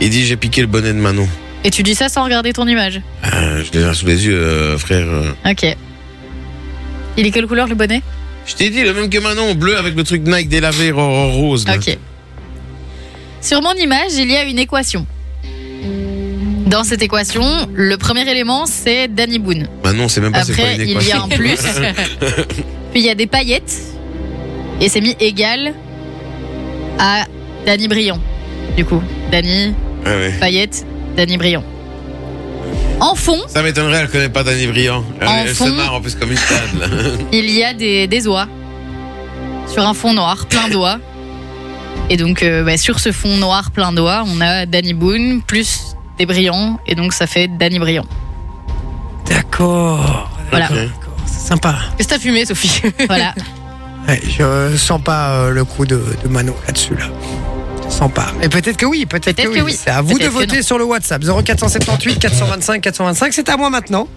C: Il dit J'ai piqué le bonnet de Manon.
G: Et tu dis ça sans regarder ton image.
C: Euh, je l'ai là sous les yeux, euh, frère. euh.
G: Ok. Il est quelle couleur le bonnet
C: Je t'ai dit, le même que Manon, bleu avec le truc Nike délavé ro- ro- rose. là.
G: Ok. Sur mon image, il y a une équation. Dans cette équation, le premier élément, c'est Danny Boone.
C: Manon, Bah, c'est même pas c'est quoi
G: Après,
C: une
G: il y
C: équation.
G: a un plus.
C: <laughs>
G: Puis il y a des paillettes. Et c'est mis égal à Danny Briand. Du coup, Danny,
C: <laughs> Ouais, Ah ouais.
G: paillettes, Danny Briand. En fond,
C: Ça m'étonnerait, elle connaît pas Danny Briand. Elle,
G: En
C: elle
G: fond-
C: se marre en plus comme une stade. là.
G: il y a des, des oies. Sur un fond noir, plein d'oies. Et donc, euh, bah, sur ce fond noir, plein d'oies, on a Danny Boone plus des brillants. Et donc, ça fait Danny Briand.
A: D'accord.
G: Voilà.
A: D'accord, C'est sympa.
D: Qu'est-ce que t'as fumé, Sophie <laughs>
G: Voilà.
A: Ouais, je sens pas euh, le coup de, de Manon là-dessus, là. Je sens pas. Mais peut-être que oui, peut-être
G: Peut-être
A: que,
G: que
A: oui.
G: oui.
A: C'est à vous de
G: Peut-être que
A: voter
G: non.
A: sur le WhatsApp 0478 425 425. C'est à moi maintenant.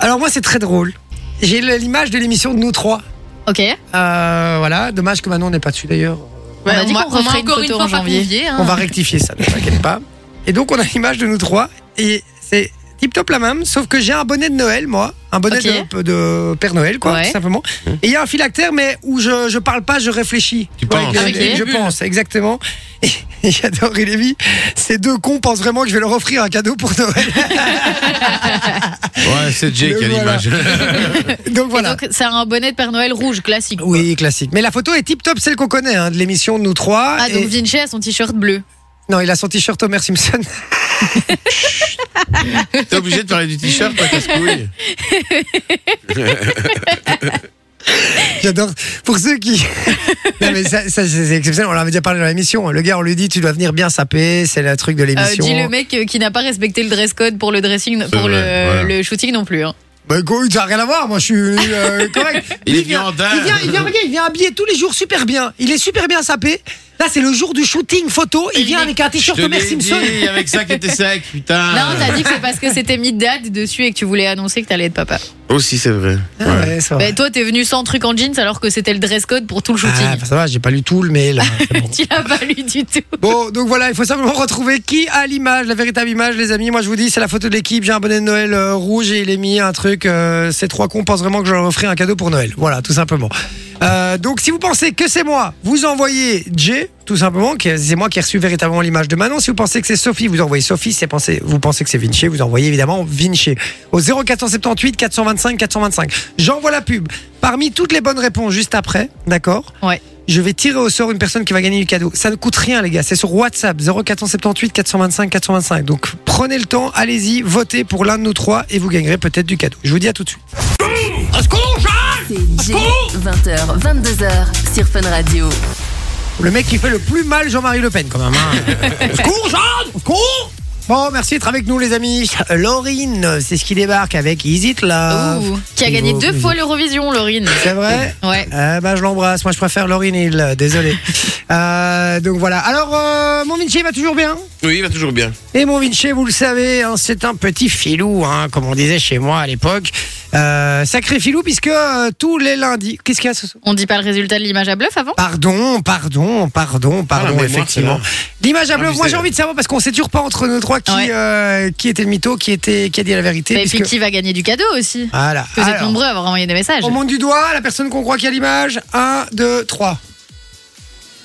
A: Alors moi, c'est très drôle. J'ai le- l'image de l'émission de nous trois.
G: Ok.
A: Euh, voilà. Dommage que Manon n'est pas dessus d'ailleurs.
G: on a dit
D: on m'a-
G: qu'on
D: on m'a
G: referait
D: encore
G: une
D: une
G: photo
D: fois
G: en
D: pas
G: janvier.
D: convié, hein.
A: On va rectifier ça, ne t'inquiète pas. Et donc, on a l'image de nous trois. Et c'est tip top la même, sauf que j'ai un bonnet de Noël, moi. Un bonnet
G: Ok.
A: de, de Père Noël, quoi,
G: Ouais.
A: tout simplement. Et il y a un phylactère, mais où je, je parle pas, je réfléchis. Tu
C: penses.
G: Avec les
A: Je
G: bulles.
A: pense, exactement. Et, <laughs> et j'adore et Lévi. Ces deux cons pensent vraiment que je vais leur offrir un cadeau pour Noël.
C: <laughs>
A: <laughs>
C: Ouais, c'est Jay
A: Le
C: qui a
A: voilà.
C: l'image. <laughs>
A: donc
G: Et
A: voilà.
G: donc, c'est un bonnet de Père Noël rouge classique. quoi.
A: Oui, classique. Mais la photo est tip top, celle qu'on connaît, hein, de l'émission de nous trois.
G: Ah, donc
A: Et-
G: Vinci a son t-shirt bleu.
A: Non, il a son t-shirt Homer Simpson.
C: T'es obligé de parler du t-shirt, pas
G: <laughs>
C: casse-couille.
A: J'adore. Pour ceux
G: <laughs>
A: qui. non, mais ça, ça, c'est c'est exceptionnel. On l'avait déjà parlé dans l'émission. Le gars, on lui dit tu dois venir bien saper. C'est le truc de
G: Euh,
A: l'émission.
G: dit le mec euh, qui n'a pas respecté le dress code pour le dressing, pour le,
C: vrai, voilà.
G: le shooting non plus. hein.
A: Bah, écoute, ça n'a rien à voir. Moi, je suis
G: <laughs>
A: euh, correct.
C: Il est venu en dinde.
A: Il vient, il, vient, regarde, il vient habillé tous les jours super bien. Il est super bien sapé. Là, c'est le jour du shooting photo. Il vient avec un
C: Je
A: t-shirt
C: te
A: Homer
C: l'ai
A: Simpson.
C: dit, avec ça qui était sec, putain.
D: Ah.
G: Non, t'as dit que c'est parce que c'était mi-date dessus et que tu voulais annoncer que t'allais être papa.
C: Aussi, c'est vrai.
A: Ah ouais, ça va.
G: Mais toi, t'es venu sans truc en jeans alors que c'était le dress code pour tout le shooting.
A: Ah, bah, ça va, j'ai pas lu tout le mail.
G: <laughs>
A: hein, c'est bon.
G: tu l'as pas lu du tout.
A: Bon, donc voilà, il faut simplement retrouver qui a l'image, la véritable image, les amis. Moi, je vous dis, c'est la photo de l'équipe. J'ai un bonnet de Noël euh, rouge et il est mis un truc. euh, ces trois cons pensent vraiment que je leur offrirai un cadeau pour Noël. Voilà, tout simplement. Euh, donc, si vous pensez que c'est moi, vous envoyez J, tout simplement, que c'est moi qui ai reçu véritablement l'image de Manon. Si vous pensez que c'est Sophie, vous envoyez Sophie. Si c'est pensé- vous pensez que c'est Vinci, vous envoyez évidemment Vinci. Au 0478 425 425. J'envoie la pub. Parmi toutes les bonnes réponses juste après, d'accord
G: Ouais.
A: je vais tirer au sort une personne qui va gagner du cadeau. Ça ne coûte rien, les gars. C'est sur WhatsApp 0478 425 425. Donc prenez le temps, allez-y, votez pour l'un de nous trois et vous gagnerez peut-être du cadeau. Je vous dis à tout de suite.
B: C'est Jay, 20h, 22h sur Fun Radio.
A: Le mec qui fait le plus mal, Jean-Marie Le Pen, quand même. hein. Au secours, Jeanne Au secours Bon, merci d'être avec nous, les amis. Euh, Laurine, c'est ce qui débarque avec Isit
D: Ah,
A: là.
G: Ouh, qui a gagné deux fois l'Eurovision,
D: <laughs>
G: Laurine.
A: C'est vrai
G: Ouais.
A: Eh ben, je l'embrasse. Moi, je préfère Laurine Hill. Désolé. Euh, donc voilà. Alors, euh, mon Vinci va toujours bien
C: Oui, il va toujours bien.
A: Et mon Vinci, vous le savez, hein, c'est un petit filou, hein, comme on disait chez moi à l'époque. Euh, sacré filou, puisque euh, tous les lundis. Qu'est-ce qu'il y a ce soir
G: On dit pas le résultat de l'image à bluff avant
A: Pardon, pardon, pardon,
C: Ah, la
A: pardon,
C: mémoire,
A: effectivement. L'image à
C: Ah,
A: bleu,
C: je
A: moi
C: sais.
A: j'ai envie de savoir parce qu'on sait toujours pas entre nous trois qui,
G: Ouais.
A: euh, qui était le mytho, qui, était, qui a dit la vérité.
G: Mais
A: puisque-
G: puis qui va gagner du cadeau aussi
A: Voilà.
G: Vous êtes
A: Alors,
G: nombreux à avoir envoyé des messages.
A: on monte du doigt la personne qu'on croit qui a l'image. 1, 2, 3.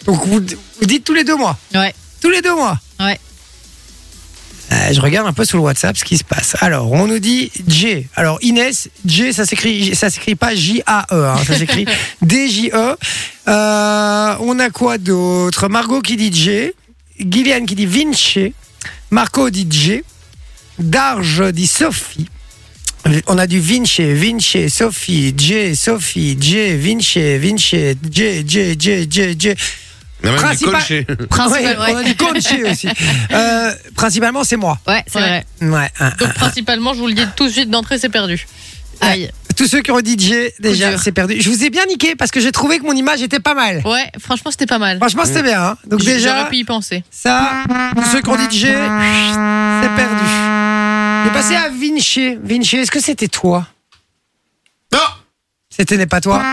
A: Donc vous, vous dites tous les deux mois.
G: Ouais.
A: Tous les deux mois.
G: Ouais.
A: Euh, je regarde un peu sur le WhatsApp ce qui se passe. Alors, on nous dit J. Alors, Inès, J, ça s'écrit, ça s'écrit pas J-A-E, hein, ça s'écrit D-J-E. Euh, on a quoi d'autre Margot qui dit J. Gillian qui dit Vinci. Marco dit J. Darge dit Sophie. On a du Vinci, Vinci, Sophie, J, Sophie, J, Vinci, Vinci, J, J, J, J, J.
C: On a même
A: Principal-
C: du colché.
G: Principal,
A: Ouais,
G: Mm. ouais.
A: On a du Conchi aussi. Euh, principalement, c'est moi.
G: Ouais, c'est
D: Ouais.
G: vrai.
A: Ouais, hein, hein.
D: Donc principalement, je vous le dis tout de suite d'entrée, c'est perdu.
G: Aïe.
A: Tous ceux qui ont dit DJ, déjà,
D: dur.
A: c'est perdu. Je vous ai bien niqué parce que j'ai trouvé que mon image était pas mal.
D: Ah. Ouais, franchement, c'était pas mal.
A: Franchement,
G: Mm.
A: c'était bien. hein. Donc,
D: J-
A: déjà,
D: J'aurais pu y penser.
A: ça, tous ceux qui ont dit DJ, c'est perdu. J'ai passé à Vinci. Vinci, est-ce que c'était toi
C: Non
A: C'était n'est pas toi.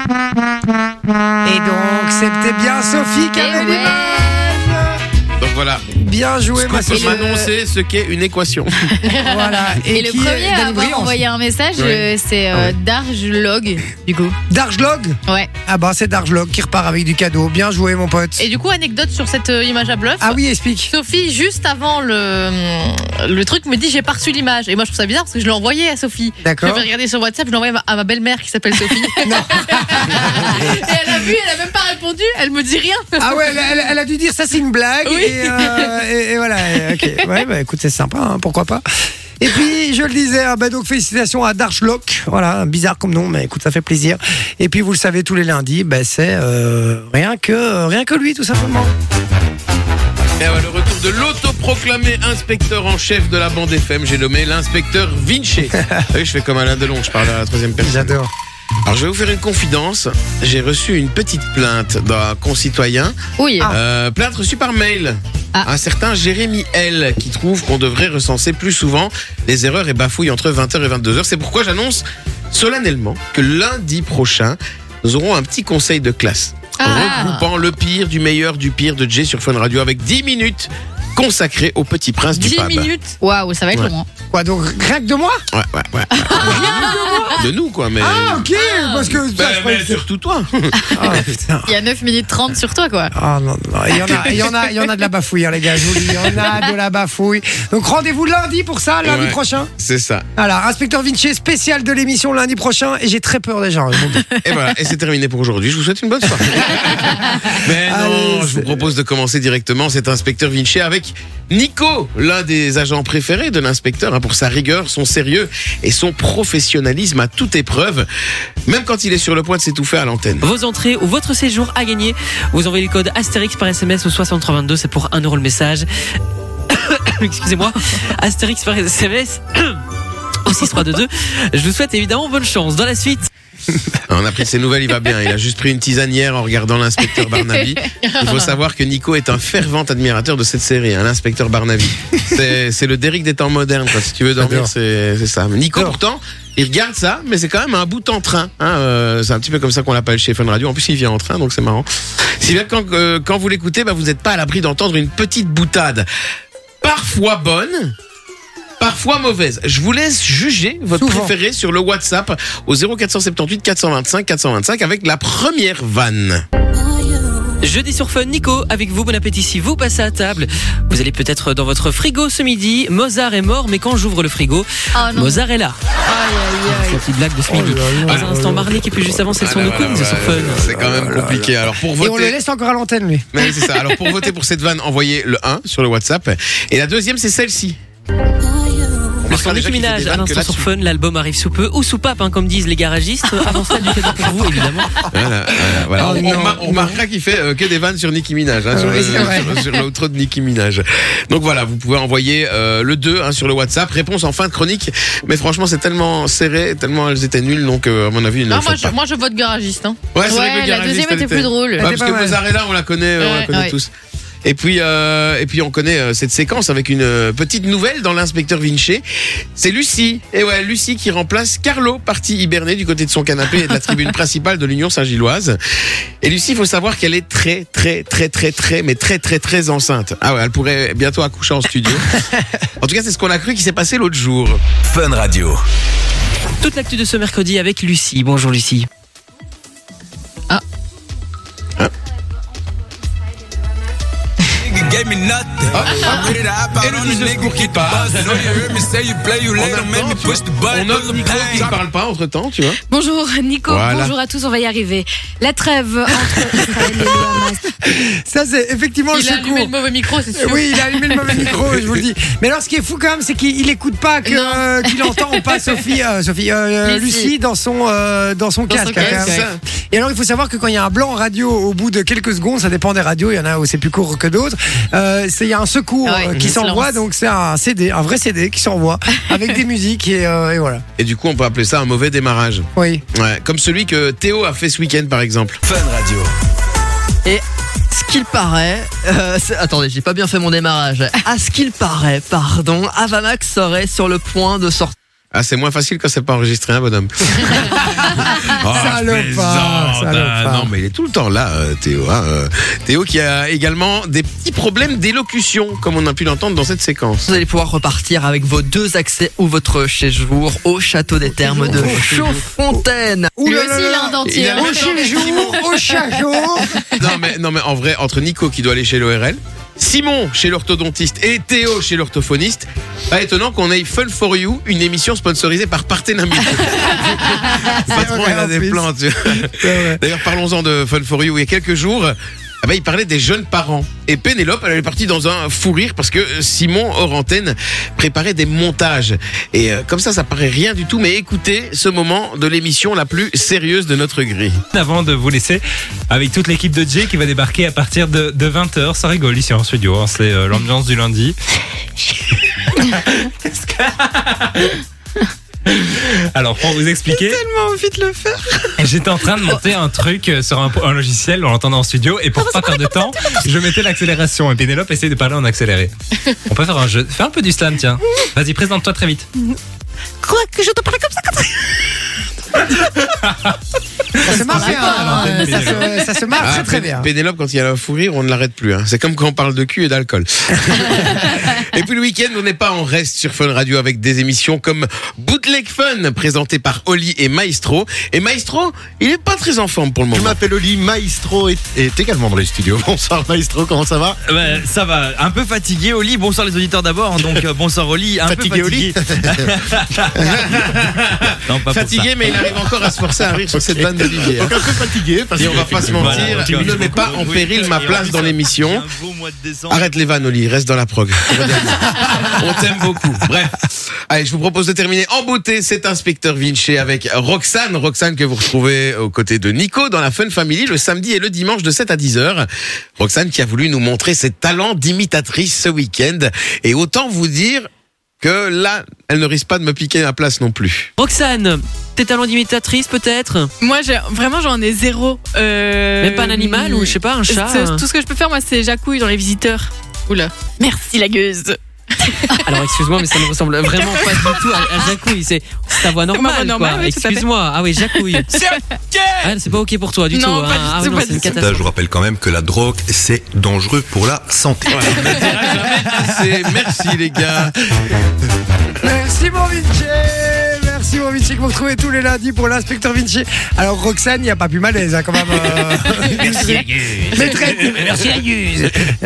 A: Et donc, c'était bien Sophie qui
G: Eh
D: Ah,
A: avait
G: ouais.
A: l'image.
C: Donc voilà.
A: Bien
C: Ce
A: joué, ma
C: qu'on peut
A: Sophie.
C: m'annoncer ce qu'est une équation.
A: Voilà.
G: Et, le
A: qui est
G: premier à
A: Danny
G: avoir
A: Briand.
G: envoyé un message,
C: Ouais.
G: euh, c'est
A: Ah
G: euh,
A: ouais.
G: Darge Log, du coup.
A: Darjlog
G: Ouais.
A: Ah bah, c'est Darjlog qui repart avec du cadeau. Bien joué, mon pote.
D: Et du coup, anecdote sur cette euh, image à bluff.
A: Ah oui, explique.
D: Sophie, juste avant le, le truc, me dit j'ai pas reçu l'image. Et moi, je trouve ça bizarre parce que je l'ai envoyé à Sophie. Je
A: D'accord.
D: vais regarder sur WhatsApp, je l'ai envoyé à ma- à ma belle-mère qui s'appelle
C: <laughs>
D: Sophie. et elle a vu, elle a même pas répondu, elle me dit rien.
A: Ah ouais, elle, elle- elle a dû dire ça c'est une blague.
D: Oui.
A: Et, euh, et- et voilà, et- ok. Ouais, bah écoute, c'est sympa, hein, pourquoi pas. Et puis, je le disais, hein, bah, donc félicitations à Darchlock. Voilà, bizarre comme nom, mais écoute, ça fait plaisir. Et puis, vous le savez, tous les lundis, bah, c'est euh, rien, que, euh, rien que lui, tout simplement.
C: Et ouais, le retour de l'autoproclamé inspecteur en chef de la bande FM, j'ai nommé l'inspecteur Vinci. Ah oui, je fais comme Alain Delon, je parle à la troisième personne.
A: J'adore.
C: Alors je vais vous faire une confidence. J'ai reçu une petite plainte d'un concitoyen.
G: Oui.
C: Euh, plainte reçue par mail.
G: Ah.
C: Un certain Jérémy L qui trouve qu'on devrait recenser plus souvent les erreurs et bafouilles entre 20h et 22h. C'est pourquoi j'annonce solennellement que lundi prochain, nous aurons un petit conseil de classe.
G: Ah.
C: Regroupant le pire du meilleur du pire de Jay sur Fun Radio avec 10 minutes consacrées au petit prince du
D: 10
C: pub.
D: minutes.
G: Waouh, ça va être
C: bah. Ouais.
G: long. hein.
A: Quoi, donc rien que de moi
C: Ouais, ouais, ouais.
G: <laughs>
C: de nous, quoi, mais.
A: Ah, ok, parce que.
C: Bah,
A: ça, je croyais
C: mais
A: que-
C: surtout toi. <laughs>
A: Ah, putain.
G: Il y a 9 minutes 30 sur toi, quoi.
A: Ah non, non, il y en a, il y en a, il y en a de la bafouille, hein, les gars, je vous le dis, il y en a de la bafouille. Donc rendez-vous lundi pour ça, lundi
C: Ouais.
A: prochain.
C: C'est ça.
A: Voilà, inspecteur Vinci spécial de l'émission lundi prochain et j'ai très peur déjà. hein,
D: <laughs>
A: je vous le dis.
C: Et voilà, Eh ben, et c'est terminé pour aujourd'hui. Je vous souhaite une bonne
A: <laughs>
C: soirée. Mais non,
A: Allez,
C: je vous
A: c'est-
C: propose de commencer directement cet inspecteur Vinci avec Nico, l'un des agents préférés de l'inspecteur, hein, pour sa rigueur, son sérieux et son professionnalisme à toute épreuve, même quand il est sur le point de s'étouffer à l'antenne.
P: Vos entrées ou votre séjour à gagner. Vous envoyez le code Astérix par SMS au 6322, c'est pour 1 euro le message. <coughs> Excusez-moi, Astérix par SMS au 6322. Je vous souhaite évidemment bonne chance. Dans la suite.
C: On a pris ses nouvelles, il va bien. Il a juste pris une tisane hier en regardant l'inspecteur Barnaby. Il faut savoir que Nico est un fervent admirateur de cette série, hein, l'inspecteur Barnaby. C'est c'est le Derrick des temps modernes. quoi. Si tu veux dormir,
A: J'adore.
C: c'est c'est ça. Nico, pourtant, il regarde ça, mais c'est quand même un bout en train. hein, euh, c'est un petit peu comme ça qu'on l'appelle chez Fun Radio. En plus, il vient en train, donc c'est marrant. Si bien que quand, euh, quand vous l'écoutez, bah, vous n'êtes pas à l'abri d'entendre une petite boutade. Parfois bonne, parfois mauvaise. Je vous laisse juger votre préféré sur le WhatsApp au 0478 425 425 avec la première vanne.
P: Jeudi sur Fun, Nico, avec vous, bon appétit si vous passez à table. Vous allez peut-être dans votre frigo ce midi. Mozart est mort, mais quand j'ouvre le frigo,
G: Ah, non.
P: Mozart est là. C'est la petite blague de Ah, ce
D: Oh
P: midi.
A: <laughs>
P: Dans un instant, Marley qui peut juste avant,
N: Ah
P: c'est le son de Queen sur Fun.
C: C'est quand même compliqué. Alors pour
A: Et on le
C: voter.
A: laisse encore à l'antenne, lui.
C: Mais oui, c'est ça. Alors pour voter pour cette vanne, envoyez le 1 sur le WhatsApp. Et la deuxième, c'est celle-ci.
P: Le son Nicki Minaj, à l'instant sur Fun, l'album arrive sous peu, ou sous pape, hein, comme disent les <laughs> garagistes. Avant ça, du cadeau pour vous, évidemment.
C: Voilà, voilà, voilà.
P: Oh
C: on,
P: non.
C: on mar- on remarquera qu'il fait euh, que des vannes sur Nicki Minaj, hein, sur,
P: Ouais,
C: le-
P: c'est vrai.
C: sur- sur l'outro de Nicki Minaj. Donc voilà, vous pouvez envoyer euh, le 2 hein, sur le WhatsApp. Réponse en fin de chronique. Mais franchement, c'est tellement serré, tellement elles étaient nulles. Donc euh, à mon avis, ils ne
D: Non,
C: le
D: moi
C: font
D: je,
C: pas.
D: moi je vote garagiste. Hein.
C: Ouais, c'est vrai que le
D: la
C: garagiste,
D: deuxième
C: elle
D: était plus drôle.
C: Ouais, parce que Mozzarella, on la connaît, euh, on la
D: Ouais,
C: connaît
D: ouais.
C: tous. Et puis, euh, et puis on connaît euh, cette séquence avec une euh, petite nouvelle dans l'inspecteur Vinci. C'est Lucie. Et ouais, Lucie qui remplace Carlo, parti hiberner du côté de son canapé et de la tribune principale de l'Union Saint-Gilloise. Et Lucie, il faut savoir qu'elle est très, très, très, très, très, mais très, très, très enceinte. Ah ouais, elle pourrait bientôt accoucher en studio. en tout cas, c'est ce qu'on a cru qui s'est passé l'autre jour.
M: Fun Radio.
P: Toute l'actu de ce mercredi avec Lucie. Bonjour Lucie.
Q: Ah,
C: Et le vice de secours qui passe. On note Nico qui ne parle pas entre temps, tu vois.
L: Bonjour Nico,
C: Voilà.
L: bonjour à tous, on va y arriver. La trêve
P: <laughs>
L: entre Israël et le Hamas.
A: Ça, c'est effectivement
D: Il
A: le
D: a
A: secours.
D: allumé Oh, le mauvais micro, c'est sûr.
A: Oui, il a allumé le <laughs> mauvais micro, je vous le dis. Mais alors, ce qui est fou quand même, c'est qu'il n'écoute pas que, euh, qu'il entend ou
D: <laughs>
A: pas Sophie, euh, Sophie euh,
D: Lucie.
A: Lucie dans son, euh, dans son
D: Dans son
A: casque. hein, quand
D: casque,
A: même. Et alors, il faut savoir que quand il y a un blanc en radio, au bout de quelques secondes, ça dépend des radios, il y en a où c'est plus court que d'autres, euh, c'est- il y a un secours
D: Ah ouais,
A: euh,
D: qui
A: qui
D: se
A: s'envoie,
D: lance.
A: donc c'est un CD, un vrai CD qui s'envoie avec
D: <laughs>
A: des musiques et, euh, et voilà.
C: Et du coup, on peut appeler ça un mauvais démarrage.
A: Oui.
C: Ouais, comme celui que Théo a fait ce week-end, par exemple.
M: Fun Radio.
R: Et ce qu'il paraît, euh, c'est- attendez, j'ai pas bien fait mon démarrage. À ce qu'il paraît, pardon, Avamax serait sur le point de sortir.
C: Ah, c'est moins facile quand c'est pas enregistré,
R: <laughs>
C: un bonhomme. Ah, je
R: Salopard,
C: plaisante, hein.
R: salopard.
C: Non, mais il est tout le temps là, euh, Théo. hein, euh. Théo qui a également des petits problèmes d'élocution, comme on a pu l'entendre dans
R: <laughs>
C: cette séquence.
R: Vous allez pouvoir repartir avec vos deux accès ou votre chez-jour au château des thermes de Chaudfontaine.
A: Ouh là
D: Lui aussi, il
A: là
D: a
A: là.
D: un dentier.
A: Au chez jour, au chat
D: <laughs>
A: jour.
C: Non, mais, non, mais en vrai, entre Nico qui doit aller chez l'ORL, Simon chez l'orthodontiste et Théo chez l'orthophoniste, pas étonnant qu'on ait Fun for You, une émission sponsorisée
R: <laughs>
C: par Partenamique. Patron, il a des plans, tu vois. D'ailleurs, parlons-en de Fun for You. Il y a quelques jours, ah ben, il parlait des jeunes parents. Et Pénélope, elle est partie dans un fou rire parce que euh, Simon, hors antenne, préparait des montages. Et euh, comme ça, ça paraît rien du tout, mais écoutez ce moment de l'émission la plus sérieuse de notre grille.
S: Avant de vous laisser avec toute l'équipe de Jay qui va débarquer à partir de, 20h, ça rigole ici en studio, hein. c'est euh, l'ambiance du lundi. Qu'est-ce que- Alors pour vous expliquer,
R: tellement envie de le faire.
S: j'étais en train de monter un truc euh, sur un, un logiciel, on l'entendait en studio, et pour pas perdre de temps, je mettais l'accélération et Pénélope essayait de parler en accéléré. On peut faire un jeu, fais un peu du slam tiens. Vas-y présente-toi très vite.
R: Quoi que je te parle comme ça quand
A: Ça se marche,
R: marche
A: hein,
R: pas,
A: euh, ça se- ça se marche
C: Ah,
A: très très
C: Pén-
A: bien.
C: Pénélope, quand il y a un fou rire, on ne l'arrête plus. hein. C'est comme quand on parle de cul et <laughs> d'alcool. et puis le week-end, on n'est pas en reste sur Fun Radio avec des émissions comme Bootleg Fun, présenté par Oli et Maestro. Et Maestro, il est pas très en forme pour le moment.
T: Je m'appelle Oli, Maestro est, est également dans les studios. <laughs> Bonsoir Maestro, comment ça va
Q: Ouais, ça va, un peu fatigué au lit. Bonsoir les auditeurs d'abord, hein, donc euh, bonsoir au lit. Un
T: Fatigué
Q: peu
T: au lit
Q: fatigué
C: <laughs>
Q: Non, pas pour
C: Fatigué,
Q: ça.
C: mais il arrive encore à se forcer à rire sur cette vanne d'Olivier. hein.
T: Donc un peu fatigué parce
C: Et on va pas se mentir,
Q: Voilà,
C: il ne met pas en
Q: oui.
C: péril ma
Q: Et en
C: place
Q: plus,
C: dans
Q: ça-
C: l'émission.
Q: Au mois de décembre.
C: Arrête les vannes, Oli, reste dans la prog. On t'aime beaucoup. Bref. Allez, je vous propose de terminer en beauté cet inspecteur Vinci avec Roxane. Roxane que vous retrouvez aux côtés de Nico dans la Fun Family le samedi et le dimanche de 7 à 10 heures. Roxane qui a voulu nous montrer ses talents d'imitatrice ce week-end. Et autant vous dire que là, elle ne risque pas de me piquer ma place non plus.
P: Roxane, tes talents d'imitatrice peut-être
D: Moi, j'ai- vraiment, j'en ai zéro. Euh,
P: Même pas un animal ou je sais pas, un chat,
D: c'est-
P: un-
D: Tout ce que je peux faire, moi, c'est jacouille dans les visiteurs. Oula. Merci, la gueuse.
P: <laughs> Alors excuse-moi, mais ça ne
D: <laughs>
P: ressemble vraiment pas du tout à, à Jacouille. C'est c'est ta voix
D: ma voix
P: normale, quoi.
D: normale, oui, tout à fait.
P: Excuse-moi. Ah oui, Jacouille.
D: C'est
P: Ah, c'est pas ok pour toi du
D: Non,
P: tout. hein.
D: pas du
P: Ah
D: tout,
P: oui, non,
D: pas
P: c'est une
D: du tout.
M: Ça, je vous rappelle quand même que la drogue, c'est dangereux pour la santé. <laughs>
C: C'est- Merci les gars.
A: Merci mon Vinci Merci mon Vinci que vous retrouvez tous les lundis pour l'inspecteur Vinci. Alors Roxane, il n'y a pas plus malaise hein, quand même. euh. Mais très-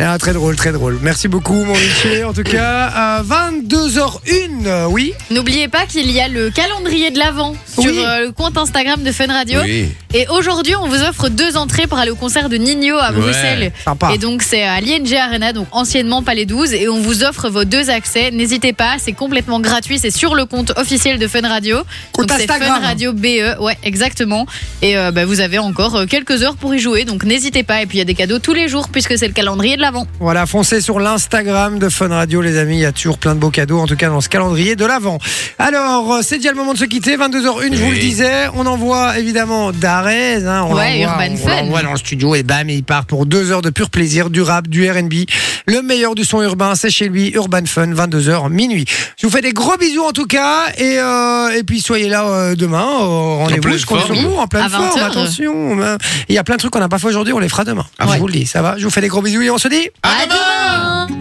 A: Ah, très drôle, très drôle. Merci beaucoup mon Vinci. En tout cas, euh, 22h01, euh, oui.
G: N'oubliez pas qu'il y a le calendrier de l'Avent sur
A: Oui.
G: euh, le compte Instagram de Fun Radio.
A: Oui.
G: Et aujourd'hui, on vous offre deux entrées pour aller au concert de Nino à
A: Ouais.
G: Bruxelles.
A: Sympa.
G: Et donc, c'est à l'ING Arena, donc anciennement Palais 12. Et on vous offre vos deux accès. N'hésitez pas, c'est complètement gratuit. C'est sur le compte officiel de Fun Radio.
A: Compte
G: donc, c'est Fun
A: Instagram.
G: Radio BE. Ouais, exactement. Et euh, bah, vous avez encore euh, quelques heures pour y jouer. Donc, n'hésitez pas. Et puis, il y a des cadeaux tous les jours puisque c'est le calendrier de l'Avent.
A: Voilà, foncez sur l'Instagram de Fun Radio, les amis. Il y a toujours plein de beaux cadeaux, en tout cas dans ce calendrier de l'avant. Alors, euh, c'est déjà le moment de se quitter. 22h01, je vous le disais. On envoie évidemment Darez. Hein, on
G: Ouais,
A: l'envoie,
G: Urban
A: on
G: Fun.
A: l'envoie dans le studio et bam, il part pour deux heures de pur plaisir, du rap, du RB. Le meilleur du son urbain, c'est chez lui, Urban Fun, 22h minuit. Je vous fais des gros bisous en tout cas. Et, euh, et puis, soyez là euh, demain. euh, Rendez-vous,
C: pleine
A: je compte sur
C: forme.
A: vous, en
G: À
A: pleine
G: 20
A: forme.
G: heures.
A: Attention. hein. ben, Il y a plein de trucs qu'on n'a pas fait aujourd'hui, on les fera demain. je vous le dis, ça va. Je vous fais des gros bisous et on se dit.
G: À demain